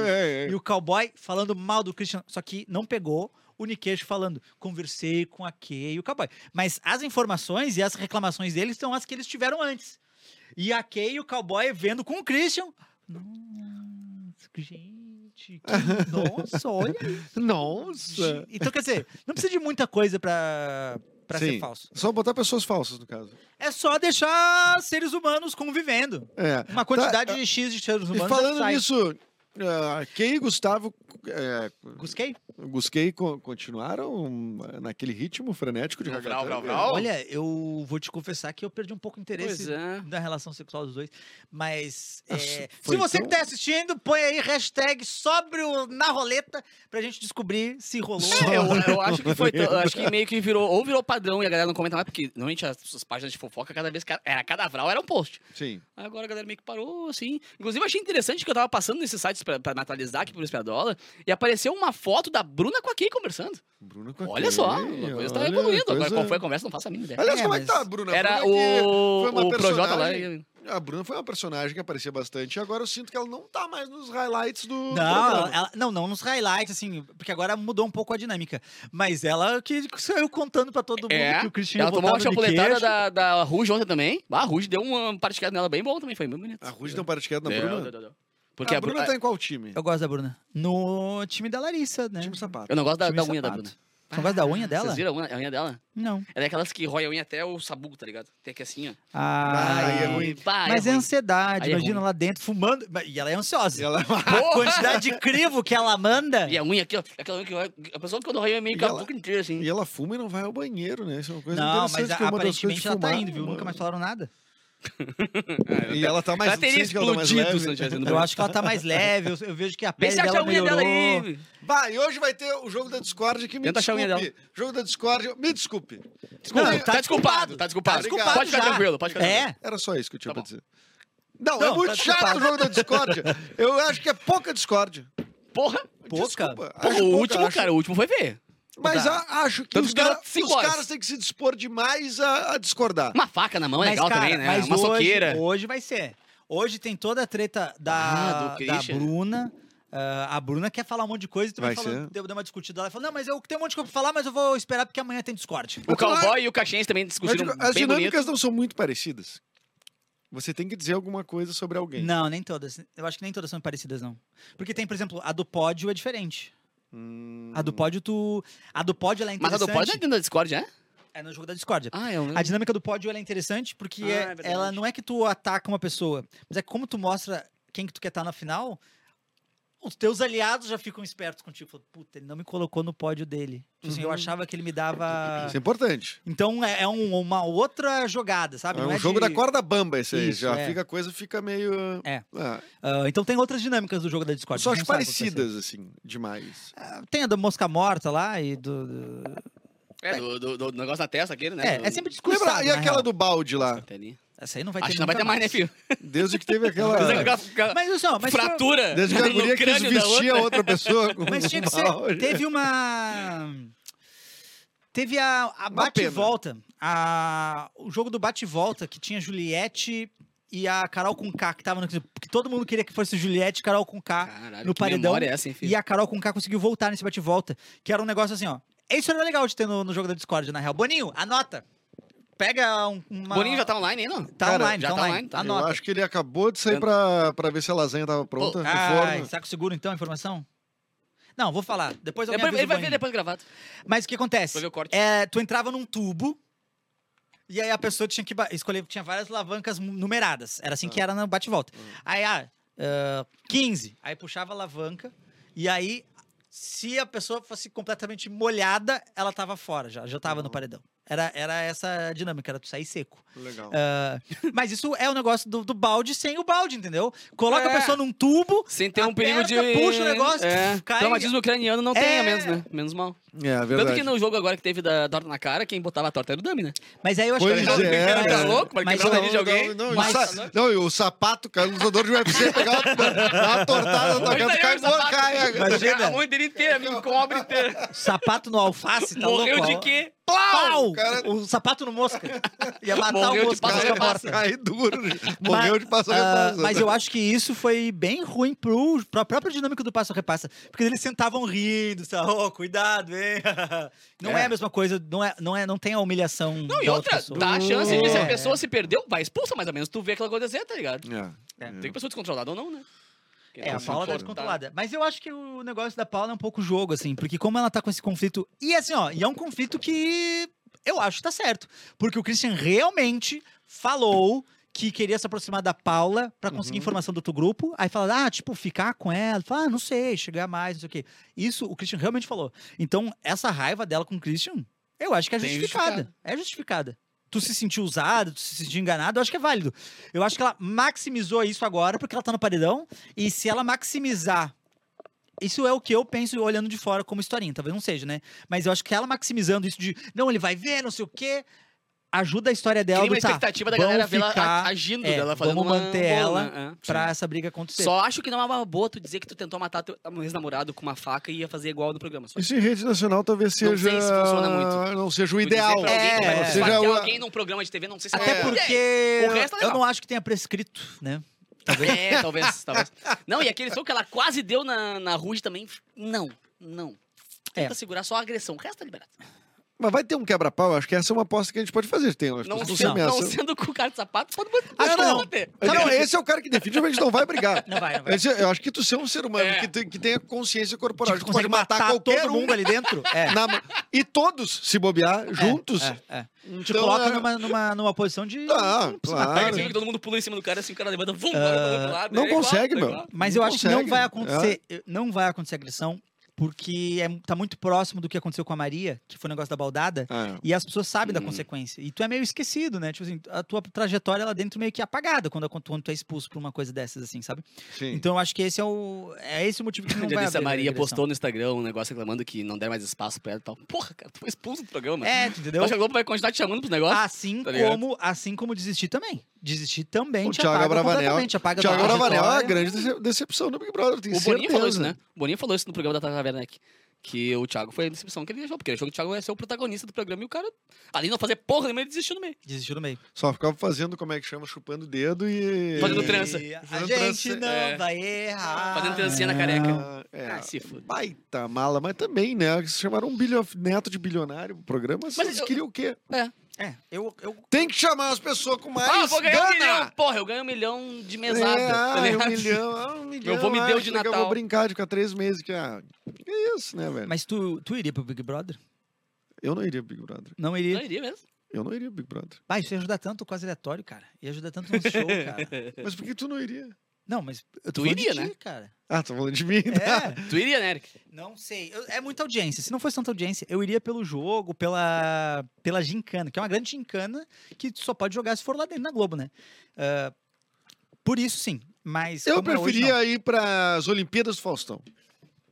Speaker 3: é, é.
Speaker 4: e o cowboy falando mal do Christian, só que não pegou o Nikesh falando, conversei com a Kay e o cowboy. Mas as informações e as reclamações deles são as que eles tiveram antes. E a Kay e o cowboy vendo com o Christian. Nossa, gente, que- nossa, olha isso.
Speaker 3: Nossa.
Speaker 4: Então, quer dizer, não precisa de muita coisa pra, pra ser
Speaker 3: Sim.
Speaker 4: falso.
Speaker 3: Só botar pessoas falsas, no caso.
Speaker 4: É só deixar seres humanos convivendo.
Speaker 3: É.
Speaker 4: Uma quantidade X de seres
Speaker 3: E
Speaker 4: humanos. é
Speaker 3: falando
Speaker 4: sai.
Speaker 3: nisso, uh, Key e Gustavo é,
Speaker 4: Busquei?
Speaker 3: Gusquei co- continuaram hum, naquele ritmo frenético de
Speaker 2: Vral,
Speaker 3: ragatanga?
Speaker 2: vral, vral.
Speaker 4: Olha, eu vou te confessar que eu perdi um pouco o interesse
Speaker 2: Pois é.
Speaker 4: da relação sexual dos dois. Mas.
Speaker 3: Ah,
Speaker 4: é,
Speaker 3: su-
Speaker 4: se
Speaker 3: foi
Speaker 4: você
Speaker 3: tão-
Speaker 4: que tá assistindo, põe aí hashtag sóbrio na roleta pra gente descobrir se rolou.
Speaker 3: Só-
Speaker 2: É, eu, eu acho que foi. eu acho que meio que virou. Ou virou padrão e a galera não comenta mais, porque normalmente as, as páginas de fofoca, cada vez. que Era, cada vral era um post.
Speaker 3: Sim.
Speaker 2: Aí Agora a galera meio que parou, assim. Inclusive, eu achei interessante que eu tava passando nesses sites pra, pra me atualizar aqui pro Espiadola e apareceu uma foto da Bruna com a Kay conversando.
Speaker 3: Bruna com a
Speaker 2: olha
Speaker 3: Kay,
Speaker 2: só, a coisa tá
Speaker 3: olha,
Speaker 2: evoluindo. Agora,
Speaker 3: coisa-
Speaker 2: qual foi a conversa? Não faço a mínima ideia.
Speaker 3: Aliás,
Speaker 4: É,
Speaker 3: como é que tá,
Speaker 4: mas
Speaker 3: Bruna?
Speaker 2: Era
Speaker 3: Bruna que-
Speaker 2: o,
Speaker 3: foi uma
Speaker 2: o Projota lá.
Speaker 3: personagem. A Bruna foi uma personagem que aparecia bastante e agora eu sinto que ela não tá mais nos highlights do. do
Speaker 4: Não,
Speaker 3: programa.
Speaker 4: ela- não, não nos highlights, assim, porque agora mudou um pouco a dinâmica. Mas ela que saiu contando pra todo mundo
Speaker 2: É,
Speaker 4: que o Cristiano
Speaker 2: Ela tomou uma chapuletada da, da Ruge ontem também. Ah, a Ruge deu uma particada nela bem boa também, foi bem bonito.
Speaker 3: A Ruth deu um partido na
Speaker 2: Deu,
Speaker 3: Bruna?
Speaker 2: deu, deu, deu. É, Porque
Speaker 3: a, Bruna tá em qual time?
Speaker 4: Eu gosto da Bruna. No time da Larissa, né?
Speaker 3: Time sapato. Ah,
Speaker 2: Eu não gosto da,
Speaker 4: Time
Speaker 2: da unha da
Speaker 4: sapato.
Speaker 2: Bruna.
Speaker 4: Você não gosta da unha dela?
Speaker 2: Vocês viram a unha, a unha dela?
Speaker 4: Não.
Speaker 2: Ela é aquelas que rói a unha até o sabugo, tá ligado? Tem que assim, ó.
Speaker 4: Ah,
Speaker 3: Aí é
Speaker 2: Ai,
Speaker 3: ruim.
Speaker 2: pá,
Speaker 4: Mas é,
Speaker 2: ruim.
Speaker 4: ansiedade,
Speaker 2: Aí é
Speaker 4: imagina
Speaker 2: ruim.
Speaker 4: lá dentro fumando. Mas- E ela é ansiosa.
Speaker 3: E ela-
Speaker 4: A quantidade de crivo que ela manda.
Speaker 2: E é a unha aqui, ó. Aquela unha que rói- A pessoa que quando rói é meio
Speaker 3: E
Speaker 2: com a
Speaker 3: ela-
Speaker 2: boca inteira, assim.
Speaker 3: E ela fuma e não vai ao banheiro, né? Isso é uma coisa
Speaker 4: Não,
Speaker 3: interessante.
Speaker 4: mas a-
Speaker 3: que é uma das coisas
Speaker 4: aparentemente
Speaker 3: de
Speaker 4: ela tá
Speaker 3: fumar,
Speaker 4: indo, viu?
Speaker 3: uma-
Speaker 4: Nunca mais falaram nada.
Speaker 3: E ela tá mais
Speaker 2: Ela teria
Speaker 3: sente que ela tá mais
Speaker 2: explodido
Speaker 3: leve.
Speaker 2: se não tivesse ido no
Speaker 4: Eu acho que ela tá mais leve, eu, eu vejo que a
Speaker 2: Vê
Speaker 4: pele
Speaker 2: se acha a
Speaker 4: dela
Speaker 2: unha
Speaker 4: melhorou.
Speaker 2: dela aí.
Speaker 3: Bah, e hoje vai ter o jogo da Discord aqui, me
Speaker 2: Tenta achar a
Speaker 3: desculpe.
Speaker 2: unha
Speaker 3: Jogo da Discord, me desculpe.
Speaker 4: Não,
Speaker 2: Desculpa,
Speaker 4: tá
Speaker 2: tá,
Speaker 4: desculpado.
Speaker 2: desculpado, tá desculpado.
Speaker 3: Tá desculpado
Speaker 2: Pode ficar
Speaker 4: já.
Speaker 2: tranquilo, pode ficar tranquilo.
Speaker 4: É,
Speaker 3: Era só isso que eu
Speaker 2: Tá
Speaker 3: tinha pra
Speaker 2: bom.
Speaker 3: dizer. Não,
Speaker 4: Não,
Speaker 3: é muito
Speaker 4: tá
Speaker 3: chato o jogo da Discord. Eu acho que é pouca Discord.
Speaker 2: Porra,
Speaker 4: Pouca?
Speaker 3: Desculpa,
Speaker 2: pô,
Speaker 3: acho
Speaker 2: o
Speaker 3: pouca,
Speaker 2: último,
Speaker 3: acho-
Speaker 2: cara, o último foi ver.
Speaker 3: Mas
Speaker 4: Tá.
Speaker 3: a- acho que
Speaker 2: Tanto
Speaker 3: os,
Speaker 2: que dura
Speaker 3: cara-
Speaker 2: cinco
Speaker 3: os
Speaker 2: horas.
Speaker 3: caras têm que se dispor demais a, a discordar.
Speaker 2: Uma faca na mão é
Speaker 4: Mas,
Speaker 2: legal
Speaker 4: cara,
Speaker 2: também, né?
Speaker 4: mas
Speaker 2: Uma
Speaker 4: hoje,
Speaker 2: soqueira.
Speaker 4: Hoje vai ser. Hoje tem toda a treta
Speaker 2: Ah,
Speaker 4: da,
Speaker 2: do
Speaker 4: da
Speaker 2: Christian.
Speaker 4: Bruna. Ah, a Bruna quer falar um monte de coisa e tu vai,
Speaker 3: Vai
Speaker 4: falando,
Speaker 3: ser.
Speaker 4: deu deu uma discutida. Ela falou: Não, mas eu tenho um monte de coisa pra falar, mas eu vou esperar porque amanhã tem Discord.
Speaker 2: O cowboy e o cachense também discutiram
Speaker 3: Mas, tipo, as
Speaker 2: bem bonito.
Speaker 3: dinâmicas não são muito parecidas. Você tem que dizer alguma coisa sobre alguém.
Speaker 4: Não, nem todas. Eu acho que nem todas são parecidas, não. Porque tem, por exemplo, a do pódio é diferente.
Speaker 3: Hum,
Speaker 4: A do pódio, tu. A do pódio ela é
Speaker 2: Mas a
Speaker 4: interessante.
Speaker 2: do pode é dentro da Discord, é?
Speaker 4: É um no jogo da Discord.
Speaker 2: Ah, eu
Speaker 4: A dinâmica do pódio ela é interessante porque
Speaker 2: Ah,
Speaker 4: é-
Speaker 2: é verdade.
Speaker 4: ela não é que tu ataca uma pessoa, mas é que como tu mostra quem que tu quer estar na final, os teus aliados já ficam espertos contigo. Falam, Puta, ele não me colocou no pódio dele. Tipo assim, eu
Speaker 3: Uhum.
Speaker 4: achava que ele me dava.
Speaker 3: Isso é importante.
Speaker 4: Então é, é um- uma outra jogada, sabe?
Speaker 3: é
Speaker 4: Não
Speaker 3: um jogo
Speaker 4: de-
Speaker 3: da corda bamba esse aí.
Speaker 4: Isso,
Speaker 3: Já
Speaker 4: é.
Speaker 3: fica a coisa, fica meio.
Speaker 4: É.
Speaker 3: Ah,
Speaker 4: Ah, então tem outras dinâmicas do jogo da Discord.
Speaker 3: só
Speaker 4: a
Speaker 3: as
Speaker 4: gente não sabe qual que vai ser.
Speaker 3: parecidas, assim, demais.
Speaker 4: Ah, Tem a da mosca morta lá e do. do-
Speaker 2: É, do, do- do negócio na testa aquele, né?
Speaker 4: É,
Speaker 2: Do-
Speaker 4: é sempre discussão.
Speaker 3: Lembra? E aquela do balde lá?
Speaker 2: Até ali.
Speaker 4: Essa aí não vai
Speaker 2: Acho
Speaker 4: ter
Speaker 2: que não vai
Speaker 4: nunca
Speaker 2: ter mais, né, filho?
Speaker 3: Desde que teve aquela.
Speaker 2: Mas é aquela- aquela
Speaker 4: Mas olha só, mas foi-
Speaker 2: fratura
Speaker 3: Desde que a
Speaker 2: no
Speaker 3: guria quis
Speaker 2: crânio da outra.
Speaker 3: vestir a outra pessoa. com
Speaker 4: Mas tinha que ser.
Speaker 3: balde.
Speaker 4: Teve uma. Teve a, a bate-volta. A, o jogo do bate-volta, que tinha Juliette e a Carol com K, que tava no. Que todo mundo queria que fosse Juliette e Carol com K.
Speaker 2: Caralho,
Speaker 4: no
Speaker 2: que
Speaker 4: paredão,
Speaker 2: memória é essa, hein, filho?
Speaker 4: E a Carol com K conseguiu voltar nesse bate-volta. Que era um negócio assim, ó. Isso era legal de ter no, no jogo da Discord, na real. Boninho, anota. Pega um, uma.
Speaker 2: Boninho já tá online ainda? não?
Speaker 4: Tá
Speaker 3: Cara,
Speaker 4: online,
Speaker 2: já
Speaker 4: tá
Speaker 2: tá
Speaker 4: online.
Speaker 2: online, tá.
Speaker 3: Eu
Speaker 4: Anota.
Speaker 3: acho que ele acabou de
Speaker 2: É.
Speaker 3: sair pra, pra ver se a lasanha tava pronta. no
Speaker 4: Ai,
Speaker 3: forno.
Speaker 4: saco seguro então a informação? Não, vou falar. Depois alguém
Speaker 2: Depois-
Speaker 4: avisa
Speaker 2: ele
Speaker 4: o
Speaker 2: vai ver
Speaker 4: Boninho.
Speaker 2: depois gravado.
Speaker 4: Mas o que acontece?
Speaker 2: Vai ver o corte.
Speaker 4: É, tu entrava num tubo e aí a pessoa tinha que ba- escolher, tinha várias alavancas mu- numeradas. Era
Speaker 2: Ah.
Speaker 4: assim que era no bate-volta.
Speaker 2: Hum.
Speaker 4: Aí, ah, ah, 15. Aí puxava a alavanca e aí, se a pessoa fosse completamente molhada, ela tava fora já, já tava no
Speaker 3: Uhum.
Speaker 4: paredão. Era, era essa a dinâmica, era tu sair seco.
Speaker 3: Legal.
Speaker 4: Ah, mas isso é o negócio do, do balde sem o balde, entendeu? Coloca
Speaker 2: É.
Speaker 4: a pessoa num tubo,
Speaker 2: Sem ter um perigo de.
Speaker 4: Aperta, puxa o negócio,
Speaker 2: É.
Speaker 4: cai.
Speaker 2: Traumatismo ucraniano não tem,
Speaker 4: É.
Speaker 2: a menos, né? Menos mal.
Speaker 3: É, é verdade.
Speaker 2: Tanto que no jogo agora que teve da torta na cara, quem botava a torta era o Dami, né?
Speaker 4: mas aí eu acho que-
Speaker 3: Pois
Speaker 2: Tá
Speaker 3: é, cara.
Speaker 2: louco? Vai
Speaker 4: Mas
Speaker 2: quebrar o
Speaker 4: não,
Speaker 2: nariz de alguém?
Speaker 3: Não, não,
Speaker 4: Mas-
Speaker 3: e o sa- não, e o sapato, cara, o lutador de UFC, pegava dá uma tortada na
Speaker 2: Olha
Speaker 3: cabeça,
Speaker 2: aí,
Speaker 3: cai
Speaker 2: o
Speaker 3: fora,
Speaker 2: sapato.
Speaker 3: cai.
Speaker 4: Imagina.
Speaker 2: A mão inteira inteira, me cobre inteira.
Speaker 4: Sapato no alface, tá
Speaker 2: Morreu
Speaker 4: louco?
Speaker 2: de quê?
Speaker 4: Pau!
Speaker 3: cara-
Speaker 4: O sapato no mosca. Ia matar
Speaker 2: Morreu
Speaker 4: o
Speaker 2: de
Speaker 4: mosca.
Speaker 2: passa-
Speaker 4: mosca morta.
Speaker 3: Cai duro, morreu de passar
Speaker 4: Ah,
Speaker 3: repassa.
Speaker 4: mas eu acho que isso foi bem ruim pro, pra própria dinâmica do passo a repassa. Porque eles sentavam rindo, sabe? Ô, cuidado, hein? Não é.
Speaker 2: É.
Speaker 4: a mesma coisa, não, é, não, é, não tem a humilhação.
Speaker 2: Não, e
Speaker 4: da outra,
Speaker 2: outra,
Speaker 4: pessoa.
Speaker 2: dá a chance de se a
Speaker 4: É.
Speaker 2: pessoa se perdeu, vai expulsa mais ou menos. Tu vê aquela coisa acontecer, tá ligado?
Speaker 3: É.
Speaker 2: Tem que pessoa descontrolada ou não, né? Quem
Speaker 4: É,
Speaker 2: tá
Speaker 4: a Paula tá
Speaker 2: descontrolada.
Speaker 4: descontrolada. Mas eu acho que o negócio da Paula é um pouco jogo, assim, porque como ela tá com esse conflito. E assim, ó, e é um conflito que eu acho que tá certo. Porque o Christian realmente falou que queria se aproximar da Paula pra
Speaker 2: Uhum.
Speaker 4: conseguir informação do outro grupo. Aí fala, ah, tipo, ficar com ela. Fala, ah, não sei, chegar mais, não sei o quê. Isso o Christian realmente falou. Então, essa raiva dela com o Christian, eu acho que é
Speaker 2: Bem
Speaker 4: justificada.
Speaker 2: justificada.
Speaker 4: É justificada. Tu se sentiu usado, tu se sentiu enganado, eu acho que é válido. Eu acho que ela maximizou isso agora, porque ela tá no paredão. E se ela maximizar. Isso é o que eu penso olhando de fora como historinha, talvez não seja, né? Mas eu acho que ela maximizando isso de. Não, ele vai ver, não sei o quê. Ajuda a história dela
Speaker 2: Cria
Speaker 4: do
Speaker 2: uma
Speaker 4: tá,
Speaker 2: expectativa da
Speaker 4: vamos
Speaker 2: galera ver ela
Speaker 4: ficar-
Speaker 2: a- agindo,
Speaker 4: é,
Speaker 2: dela fazendo
Speaker 4: vamos
Speaker 2: uma
Speaker 4: manter
Speaker 2: boa,
Speaker 4: ela
Speaker 2: né? É.
Speaker 4: pra essa briga acontecer.
Speaker 2: Só acho que não é uma boa tu dizer que tu tentou matar teu ex-namorado com uma faca e ia fazer igual no programa. Só que
Speaker 3: Isso em rede nacional talvez
Speaker 2: Não sei
Speaker 3: seja.
Speaker 2: se funciona muito.
Speaker 3: Não seja o
Speaker 2: tu dizer pra
Speaker 3: ideal.
Speaker 2: alguém que vai
Speaker 4: É,
Speaker 3: Não
Speaker 4: é.
Speaker 2: esfaquear
Speaker 3: seja o-
Speaker 2: alguém num programa de TV, não sei se
Speaker 4: Até
Speaker 2: é uma boa
Speaker 4: porque.
Speaker 2: ideia. O resto é
Speaker 4: eu
Speaker 2: legal.
Speaker 4: não acho que tenha prescrito, né?
Speaker 2: É, talvez, talvez. Não, e aquele soco que ela quase deu na, na Ruge também. Não, não. Tenta
Speaker 4: É.
Speaker 2: segurar só a agressão. O resto tá liberado.
Speaker 3: Mas vai ter um quebra-pau, acho que essa é uma aposta que a gente pode fazer. Tem, as
Speaker 2: Não,
Speaker 3: pessoas
Speaker 4: sei,
Speaker 3: se
Speaker 2: sendo, não
Speaker 3: ameaçam.
Speaker 2: sendo com o cara de sapato, pode botar.
Speaker 3: Acho que não.
Speaker 2: bater.
Speaker 3: Não, esse é o cara que definitivamente não vai brigar.
Speaker 4: Não vai, não vai.
Speaker 3: Esse- eu acho que tu ser um ser humano
Speaker 2: É.
Speaker 3: que, tem, que tenha consciência corporal,
Speaker 4: Tipo,
Speaker 3: que pode
Speaker 4: consegue
Speaker 3: matar, qualquer
Speaker 4: todo
Speaker 3: um
Speaker 4: mundo ali dentro. É.
Speaker 3: na mão. e todos se bobear juntos.
Speaker 4: É, é. Te
Speaker 3: Então,
Speaker 4: coloca
Speaker 3: é-
Speaker 4: numa, numa, numa posição de.
Speaker 3: Ah,
Speaker 4: não precisa
Speaker 3: claro. Ah,
Speaker 2: Aí
Speaker 4: matar,
Speaker 2: você
Speaker 4: né?
Speaker 2: vê que todo mundo pula em cima do cara, assim, o cara levanta, vum, bora pro outro lado.
Speaker 3: não
Speaker 2: é igual,
Speaker 3: consegue,
Speaker 2: é
Speaker 3: meu.
Speaker 2: igual.
Speaker 4: Mas
Speaker 3: Não
Speaker 4: eu acho que não
Speaker 3: consegue.
Speaker 2: É.
Speaker 4: vai acontecer. Não vai acontecer agressão, porque é, tá muito próximo do que aconteceu com a Maria, que foi o negócio da baldada.
Speaker 3: Ah,
Speaker 4: E as pessoas sabem da
Speaker 2: Hum.
Speaker 4: consequência. E tu é meio esquecido, né? Tipo assim, a tua trajetória lá dentro meio que é apagada quando, acon- quando tu é expulso por uma coisa dessas, assim, sabe?
Speaker 3: sim.
Speaker 4: Então eu acho que esse é o. É esse o motivo que não
Speaker 2: Já
Speaker 4: vai
Speaker 2: disse, a
Speaker 4: abrir
Speaker 2: Maria
Speaker 4: agressão.
Speaker 2: postou no Instagram um negócio reclamando que não der mais espaço pra ela e tal. Porra, cara, tu foi expulso do programa.
Speaker 4: É, tu entendeu?
Speaker 2: Eu acho que a Globo vai continuar te chamando pros
Speaker 3: Ah,
Speaker 2: negócios.
Speaker 4: Assim
Speaker 2: tá ligado?
Speaker 4: como, assim como desistir também. Desistir também
Speaker 3: O
Speaker 4: te
Speaker 3: Thiago
Speaker 4: apaga
Speaker 3: Abravanel-
Speaker 4: completamente, apaga
Speaker 3: Thiago
Speaker 4: tua
Speaker 3: Bravanel é uma
Speaker 4: trajetória.
Speaker 3: grande dece- decepção do Big Brother, tenho
Speaker 2: o Boninho
Speaker 3: certeza.
Speaker 2: falou isso, né? O Boninho falou isso no programa da Tata Werneck. Que o Thiago foi a decepção que ele achou, porque ele achou que o Thiago ia ser o protagonista do programa e o cara, além de não fazer porra nenhuma, ele desistiu no meio.
Speaker 4: Desistiu no meio.
Speaker 3: Só ficava fazendo, como é que chama, chupando o dedo e...
Speaker 2: Fazendo trança.
Speaker 4: E A
Speaker 3: Fazendo
Speaker 4: gente
Speaker 3: trança,
Speaker 4: não
Speaker 2: é.
Speaker 4: vai errar.
Speaker 2: Fazendo trancinha na careca.
Speaker 3: Ah, É,
Speaker 2: Ah, se foda.
Speaker 3: baita mala, mas também, né? Eles chamaram um bilho... neto de bilionário pro programa, mas eles
Speaker 2: eu-
Speaker 3: queriam o quê?
Speaker 4: É, eu, eu
Speaker 3: Tem que chamar as pessoas com mais
Speaker 2: Ah, vou ganhar um milhão!
Speaker 3: gana!
Speaker 2: Porra, eu ganho um milhão de mesada.
Speaker 3: É,
Speaker 2: tá
Speaker 3: ah, um
Speaker 2: ligado?
Speaker 3: milhão, ah, um milhão.
Speaker 2: vou me
Speaker 3: ah,
Speaker 2: deu
Speaker 3: que
Speaker 2: de
Speaker 3: legal,
Speaker 2: Natal.
Speaker 3: vou brincar de ficar três meses. Que, ah, que é isso, né, velho?
Speaker 4: Mas tu, tu iria pro Big Brother?
Speaker 3: Eu não iria pro Big Brother.
Speaker 4: Não
Speaker 2: Não
Speaker 4: iria.
Speaker 2: iria mesmo.
Speaker 3: Eu não iria pro Big Brother.
Speaker 4: Ah, isso ia ajudar tanto o quase aleatório, cara. Ia ajudar tanto no show, cara.
Speaker 2: É.
Speaker 3: Mas por que tu não iria?
Speaker 4: Não, mas. Eu
Speaker 2: Tu
Speaker 4: tô falando de
Speaker 2: iria,
Speaker 4: ti,
Speaker 2: né?
Speaker 4: Cara.
Speaker 3: Ah, tá falando de mim? tá?
Speaker 4: É.
Speaker 2: Tu iria, né, Eric?
Speaker 4: Não sei. Eu- é muita audiência. Se não fosse tanta audiência, eu iria pelo jogo, pela, pela gincana, que é uma grande gincana que tu só pode jogar se for lá dentro na Globo, né? Ah, por isso, sim. Mas.
Speaker 3: Eu
Speaker 4: como é hoje,
Speaker 3: preferia ir pras Olimpíadas do Faustão.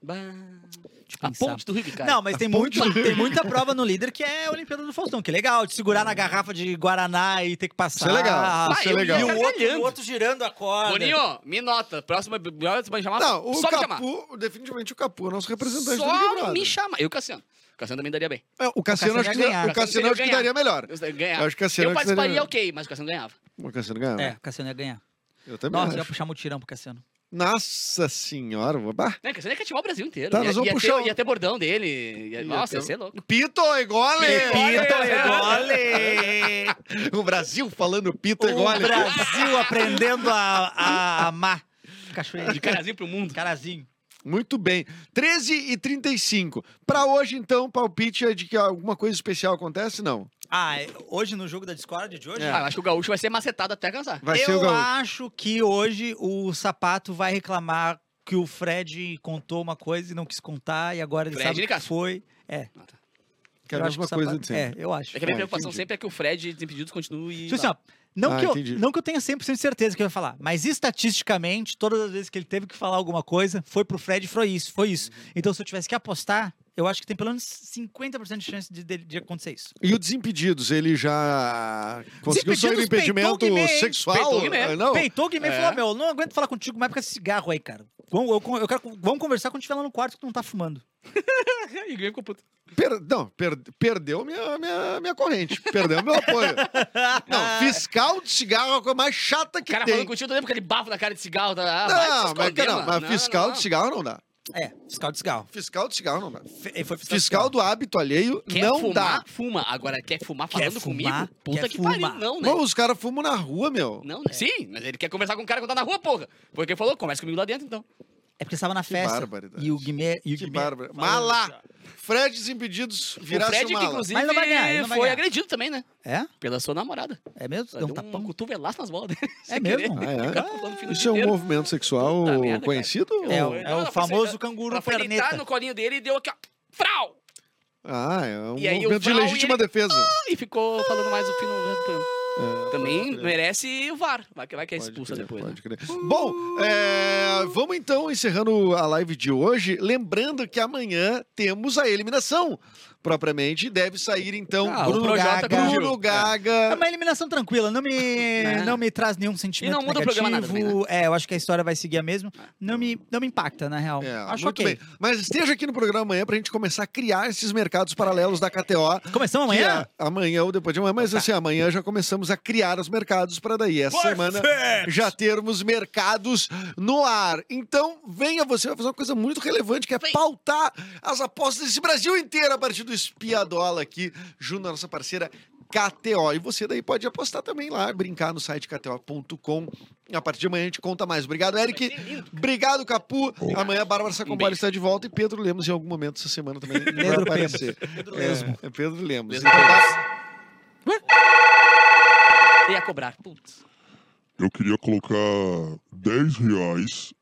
Speaker 2: Bah.
Speaker 4: não. Deixa eu
Speaker 2: Tipo, A
Speaker 4: pensar.
Speaker 2: ponte do Ribe, cara.
Speaker 4: Não, mas tem, muito, tem muita prova no líder que é a Olimpíada do Faustão, que é legal, de segurar na garrafa de Guaraná e ter que passar.
Speaker 3: Isso é legal.
Speaker 2: Ah,
Speaker 3: Isso é
Speaker 2: eu
Speaker 3: legal.
Speaker 4: E o outro,
Speaker 2: Gargalhando.
Speaker 4: o outro girando a corda.
Speaker 2: Boninho, me nota. Próxima Big Brother, você vai chamar.
Speaker 3: Não, o
Speaker 2: só me chamar.
Speaker 3: Capu, definitivamente o Capu é o nosso representante do Big
Speaker 2: Só
Speaker 3: Brother.
Speaker 2: me chamar. E o Cassiano. O Cassiano também daria bem.
Speaker 3: É, o Cassiano
Speaker 4: O Cassiano
Speaker 3: acho que,
Speaker 4: ia ganhar.
Speaker 3: o Cassiano acho que
Speaker 2: Ganhar.
Speaker 3: daria melhor.
Speaker 2: Eu ganhava.
Speaker 3: Eu acho que o Cassiano
Speaker 2: É. Eu
Speaker 3: acho que
Speaker 2: participaria,
Speaker 3: daria-
Speaker 2: ok, mas o Cassiano ganhava.
Speaker 3: O Cassiano ganhava.
Speaker 4: É, o Cassiano ia ganhar.
Speaker 3: né? Eu também
Speaker 4: Nossa, ia
Speaker 3: acho.
Speaker 4: puxar mutirão pro Cassiano.
Speaker 3: Nossa senhora, vou- bah.
Speaker 2: Né, o Cassiano ia cativar o Brasil inteiro.
Speaker 3: Tá,
Speaker 2: ia,
Speaker 3: nós vamos
Speaker 2: ia
Speaker 3: puxar
Speaker 2: ter,
Speaker 3: o-
Speaker 2: ia ter bordão dele. ia-
Speaker 3: Ia
Speaker 2: Nossa,
Speaker 3: ter um-
Speaker 2: ia
Speaker 3: o-
Speaker 2: ser louco.
Speaker 3: Pito e gole!
Speaker 4: Pepito e gole!
Speaker 3: O Brasil falando pito e
Speaker 4: O
Speaker 3: gole.
Speaker 4: Brasil aprendendo a, a amar.
Speaker 2: De
Speaker 4: Cachoeira.
Speaker 2: carazinho pro mundo.
Speaker 4: Carazinho.
Speaker 3: Muito bem. 13 e 35. Pra hoje, então, palpite é de que alguma coisa especial acontece? Não.
Speaker 4: Ah, é- hoje no jogo da Discord de hoje?
Speaker 2: Ah, eu acho que o Gaúcho vai ser macetado até cansar.
Speaker 3: É, Vai ser o
Speaker 4: eu
Speaker 3: Gaúcho.
Speaker 4: acho que hoje o sapato vai reclamar que o Fred contou uma coisa e não quis contar, e agora ele
Speaker 2: Fred
Speaker 4: sabe que
Speaker 2: Nicasso.
Speaker 4: foi.
Speaker 3: Que é a
Speaker 4: eu acho
Speaker 3: mesma
Speaker 4: que o
Speaker 3: coisa
Speaker 4: sapato-
Speaker 3: de sempre.
Speaker 4: É, eu acho.
Speaker 2: É que a minha
Speaker 3: Ah,
Speaker 2: preocupação
Speaker 3: entendi.
Speaker 2: sempre é que o Fred Desimpedidos continue.
Speaker 4: Tipo assim,
Speaker 2: lá.
Speaker 4: ó, não,
Speaker 3: Ah,
Speaker 4: que
Speaker 3: entendi.
Speaker 4: eu, não que eu tenha 100% de certeza que eu ia falar, mas estatisticamente, todas as vezes que ele teve que falar alguma coisa, foi pro Fred e foi isso, foi isso. Então, se eu tivesse que apostar, eu acho que tem pelo menos 50% de chance de, dele- de acontecer isso.
Speaker 3: E o Desimpedidos, ele já conseguiu sair do
Speaker 4: Desimpedidos peitou o
Speaker 3: impedimento
Speaker 4: Guimê, hein?
Speaker 3: sexual?
Speaker 2: Peitou o Guimê.
Speaker 3: Ah, Não.
Speaker 4: Peitou o Guimê e
Speaker 2: é.
Speaker 4: falou: "Ah, meu, eu não aguento falar contigo mais por causa desse cigarro aí, cara. Vamos, eu- eu quero- vamos conversar quando estiver lá no quarto que tu não tá fumando.
Speaker 2: E o Grêmio ficou puto.
Speaker 3: Per- não, per- perdeu minha, minha, minha corrente, perdeu meu apoio. Não, fiscal de cigarro é a coisa mais chata
Speaker 2: O
Speaker 3: que
Speaker 2: cara
Speaker 3: tem.
Speaker 2: falando contigo, eu lembro aquele bafo na cara de cigarro. Tá, ah, vai se
Speaker 3: Não, mas,
Speaker 2: esconder,
Speaker 3: não,
Speaker 2: mano.
Speaker 3: mas
Speaker 2: Não,
Speaker 3: fiscal
Speaker 2: não,
Speaker 3: de cigarro não dá.
Speaker 4: É, fiscal de cigarro.
Speaker 3: Fiscal de cigarro não dá.
Speaker 4: Fe- Ele foi fiscal, de
Speaker 3: Fiscal
Speaker 4: cigarro.
Speaker 3: do hábito alheio
Speaker 2: Quer
Speaker 3: não
Speaker 2: fumar?
Speaker 3: dá.
Speaker 2: Fuma. Agora, quer fumar
Speaker 4: Quer
Speaker 2: falando
Speaker 4: fumar?
Speaker 2: comigo? Puta
Speaker 4: Quer
Speaker 2: que
Speaker 4: fumar?
Speaker 2: pariu, não, né?
Speaker 3: Não, os caras fumam na rua, meu.
Speaker 2: Não, né? Sim, mas ele quer conversar com o cara quando tá na rua, porra. Foi o que ele falou, conversa comigo lá dentro, então.
Speaker 4: É porque estava na festa.
Speaker 3: barbaridade.
Speaker 4: E o Guimê. E o
Speaker 3: Que
Speaker 4: Guimê assim,
Speaker 3: bárbaro.
Speaker 4: falando-
Speaker 3: Mala! Fred Desimpedidos
Speaker 2: o
Speaker 3: virasse
Speaker 2: Fred, que
Speaker 3: mala.
Speaker 2: inclusive
Speaker 4: Mas não vai ganhar, ele não vai
Speaker 2: foi
Speaker 4: ganhar.
Speaker 2: agredido também, né?
Speaker 4: É?
Speaker 2: Pela sua namorada.
Speaker 4: É mesmo? Deu um
Speaker 2: Deu um
Speaker 4: tapão.
Speaker 2: cotovelaço nas bolas dele.
Speaker 4: É
Speaker 2: sem querer.
Speaker 4: mesmo?
Speaker 3: Ah, é?
Speaker 2: Ficava pulando o fim do
Speaker 3: Isso é um
Speaker 2: inteiro.
Speaker 3: movimento sexual
Speaker 2: Puta merda,
Speaker 3: conhecido?
Speaker 2: cara.
Speaker 4: É,
Speaker 2: Não,
Speaker 4: o- é
Speaker 2: ela
Speaker 4: o
Speaker 2: foi
Speaker 4: famoso
Speaker 2: sentar-
Speaker 4: canguru
Speaker 2: Ela foi deitar
Speaker 4: perneta.
Speaker 2: no colinho dele e deu aqui, ó. Frau!
Speaker 3: Ah, é um
Speaker 2: E aí o
Speaker 3: movimento de
Speaker 2: Vral e
Speaker 3: legítima
Speaker 2: ele-
Speaker 3: defesa.
Speaker 2: E ficou
Speaker 4: Ah.
Speaker 2: falando mais o fim do resto do programa.
Speaker 3: É,
Speaker 2: Também
Speaker 3: pode crer,
Speaker 2: merece o VAR. Vai que, vai que é
Speaker 3: pode
Speaker 2: expulsa
Speaker 3: crer,
Speaker 2: depois.
Speaker 3: pode
Speaker 2: Né?
Speaker 3: crer. Bom, é, vamos então encerrando a live de hoje. Lembrando que amanhã temos a eliminação. Propriamente, deve sair então
Speaker 2: Ah, o
Speaker 3: Bruno,
Speaker 2: Projota
Speaker 3: Gaga.
Speaker 2: com o
Speaker 3: Bruno
Speaker 2: Gil.
Speaker 4: É
Speaker 3: Gaga.
Speaker 4: uma eliminação tranquila, não me,
Speaker 2: É.
Speaker 4: não me traz nenhum sentimento
Speaker 2: E não muda o
Speaker 4: negativo.
Speaker 2: programa nada
Speaker 4: É, eu acho que a história vai seguir a mesma. Não me, não me impacta, na real.
Speaker 3: É,
Speaker 4: acho
Speaker 3: muito
Speaker 4: ok.
Speaker 3: bem. Mas esteja aqui no programa amanhã pra gente começar a criar esses mercados paralelos da KTO.
Speaker 4: Começamos amanhã?
Speaker 3: Que é amanhã ou depois de amanhã,
Speaker 2: Tá.
Speaker 3: mas assim, amanhã já começamos a criar os mercados para daí essa semana já termos mercados no ar. Então, venha você vai fazer uma coisa muito relevante que é
Speaker 2: Vem.
Speaker 3: pautar as apostas desse Brasil inteiro a partir do Espiadola aqui, junto à nossa parceira KTO. E você daí pode apostar também lá, brincar no site kto.com. A partir de amanhã a gente conta mais. Obrigado, Eric.
Speaker 2: Vai ser lindo.
Speaker 3: Obrigado, Capu. Amanhã a Bárbara Sacomori
Speaker 2: beijo.
Speaker 3: está de volta e Pedro Lemos em algum momento essa semana também vai
Speaker 4: Pedro
Speaker 3: aparecer.
Speaker 4: Pedro
Speaker 3: É,
Speaker 4: Lesmo.
Speaker 3: é Pedro Lemos.
Speaker 2: Pedro
Speaker 3: Então,
Speaker 2: Lemos. Ia cobrar. Putz.
Speaker 1: Eu queria colocar 10 reais,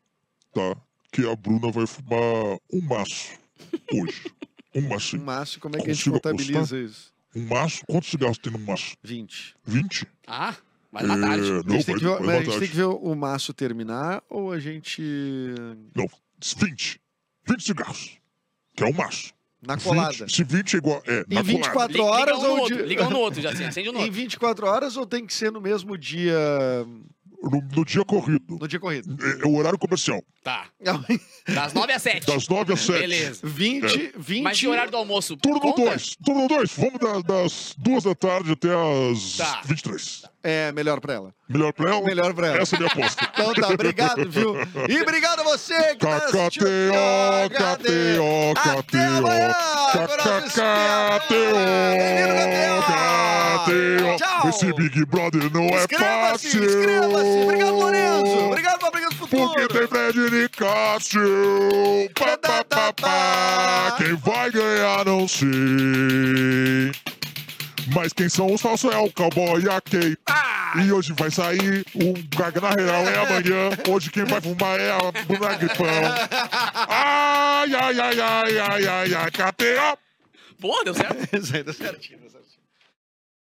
Speaker 1: tá? Que a Bruna vai fumar um maço hoje. Um
Speaker 3: Um
Speaker 1: maço.
Speaker 3: maço, como é que a gente
Speaker 1: Consigo
Speaker 3: contabiliza
Speaker 1: apostar?
Speaker 3: isso?
Speaker 1: Um maço? Quantos cigarros tem no um maço?
Speaker 3: 20.
Speaker 1: 20?
Speaker 2: Ah, vai na tarde.
Speaker 1: É,
Speaker 3: a
Speaker 1: não,
Speaker 3: gente, tem
Speaker 1: vai,
Speaker 3: que ver,
Speaker 1: vai
Speaker 3: mas a
Speaker 1: matar.
Speaker 3: gente tem que ver o maço terminar ou a gente.
Speaker 1: 20. 20 cigarros. Que é um maço.
Speaker 3: na colada?
Speaker 1: 20, se 20 é igual. É,
Speaker 3: Em
Speaker 1: na
Speaker 3: 24
Speaker 1: colada.
Speaker 2: Liga-
Speaker 3: horas
Speaker 2: liga um no
Speaker 3: ou de-
Speaker 2: outro, liga um no outro, já assim, acende um no
Speaker 3: Em
Speaker 2: outro.
Speaker 3: 24 horas ou tem que ser no mesmo dia?
Speaker 1: no, no dia corrido.
Speaker 3: No dia corrido.
Speaker 1: É, é o horário comercial.
Speaker 2: Tá. Das 9 às 7.
Speaker 1: Das 9 às 7.
Speaker 2: Beleza.
Speaker 3: 20, 20.
Speaker 2: Mas e o horário do almoço?
Speaker 1: Turno
Speaker 2: Conta?
Speaker 1: 2. Turno 2. Vamos da- das 2 da tarde até as
Speaker 2: Tá.
Speaker 1: 23.
Speaker 3: É melhor pra ela.
Speaker 1: Melhor pra ela?
Speaker 3: Melhor pra ela.
Speaker 1: Essa é a minha aposta.
Speaker 3: Então tá, obrigado, viu? E obrigado a você que tá assistindo
Speaker 1: KKTO,
Speaker 3: o KKTO.
Speaker 1: KTO,
Speaker 3: Até amanhã, Coração Espião.
Speaker 1: KTO, KTO,
Speaker 3: Tchau.
Speaker 1: KTO. Esse Big Brother não é
Speaker 3: Inscreva-se,
Speaker 1: fácil.
Speaker 3: inscreva-se. Obrigado, Lourenço. Obrigado, Fabricante
Speaker 1: Porque tem
Speaker 3: Futuro.
Speaker 1: Fred Nicásio. Pá, pá, pá, pá. Quem vai ganhar não sei. Mas quem são os falsos é o cowboy e a Kay. E hoje vai sair o Gaga na real é amanhã. Hoje quem vai fumar é a Bruna Gripão. Ai, ai, ai, ai, ai, ai, ai, KTO.
Speaker 2: Pô, deu certo.
Speaker 3: Isso aí, tá certinho, tá certinho.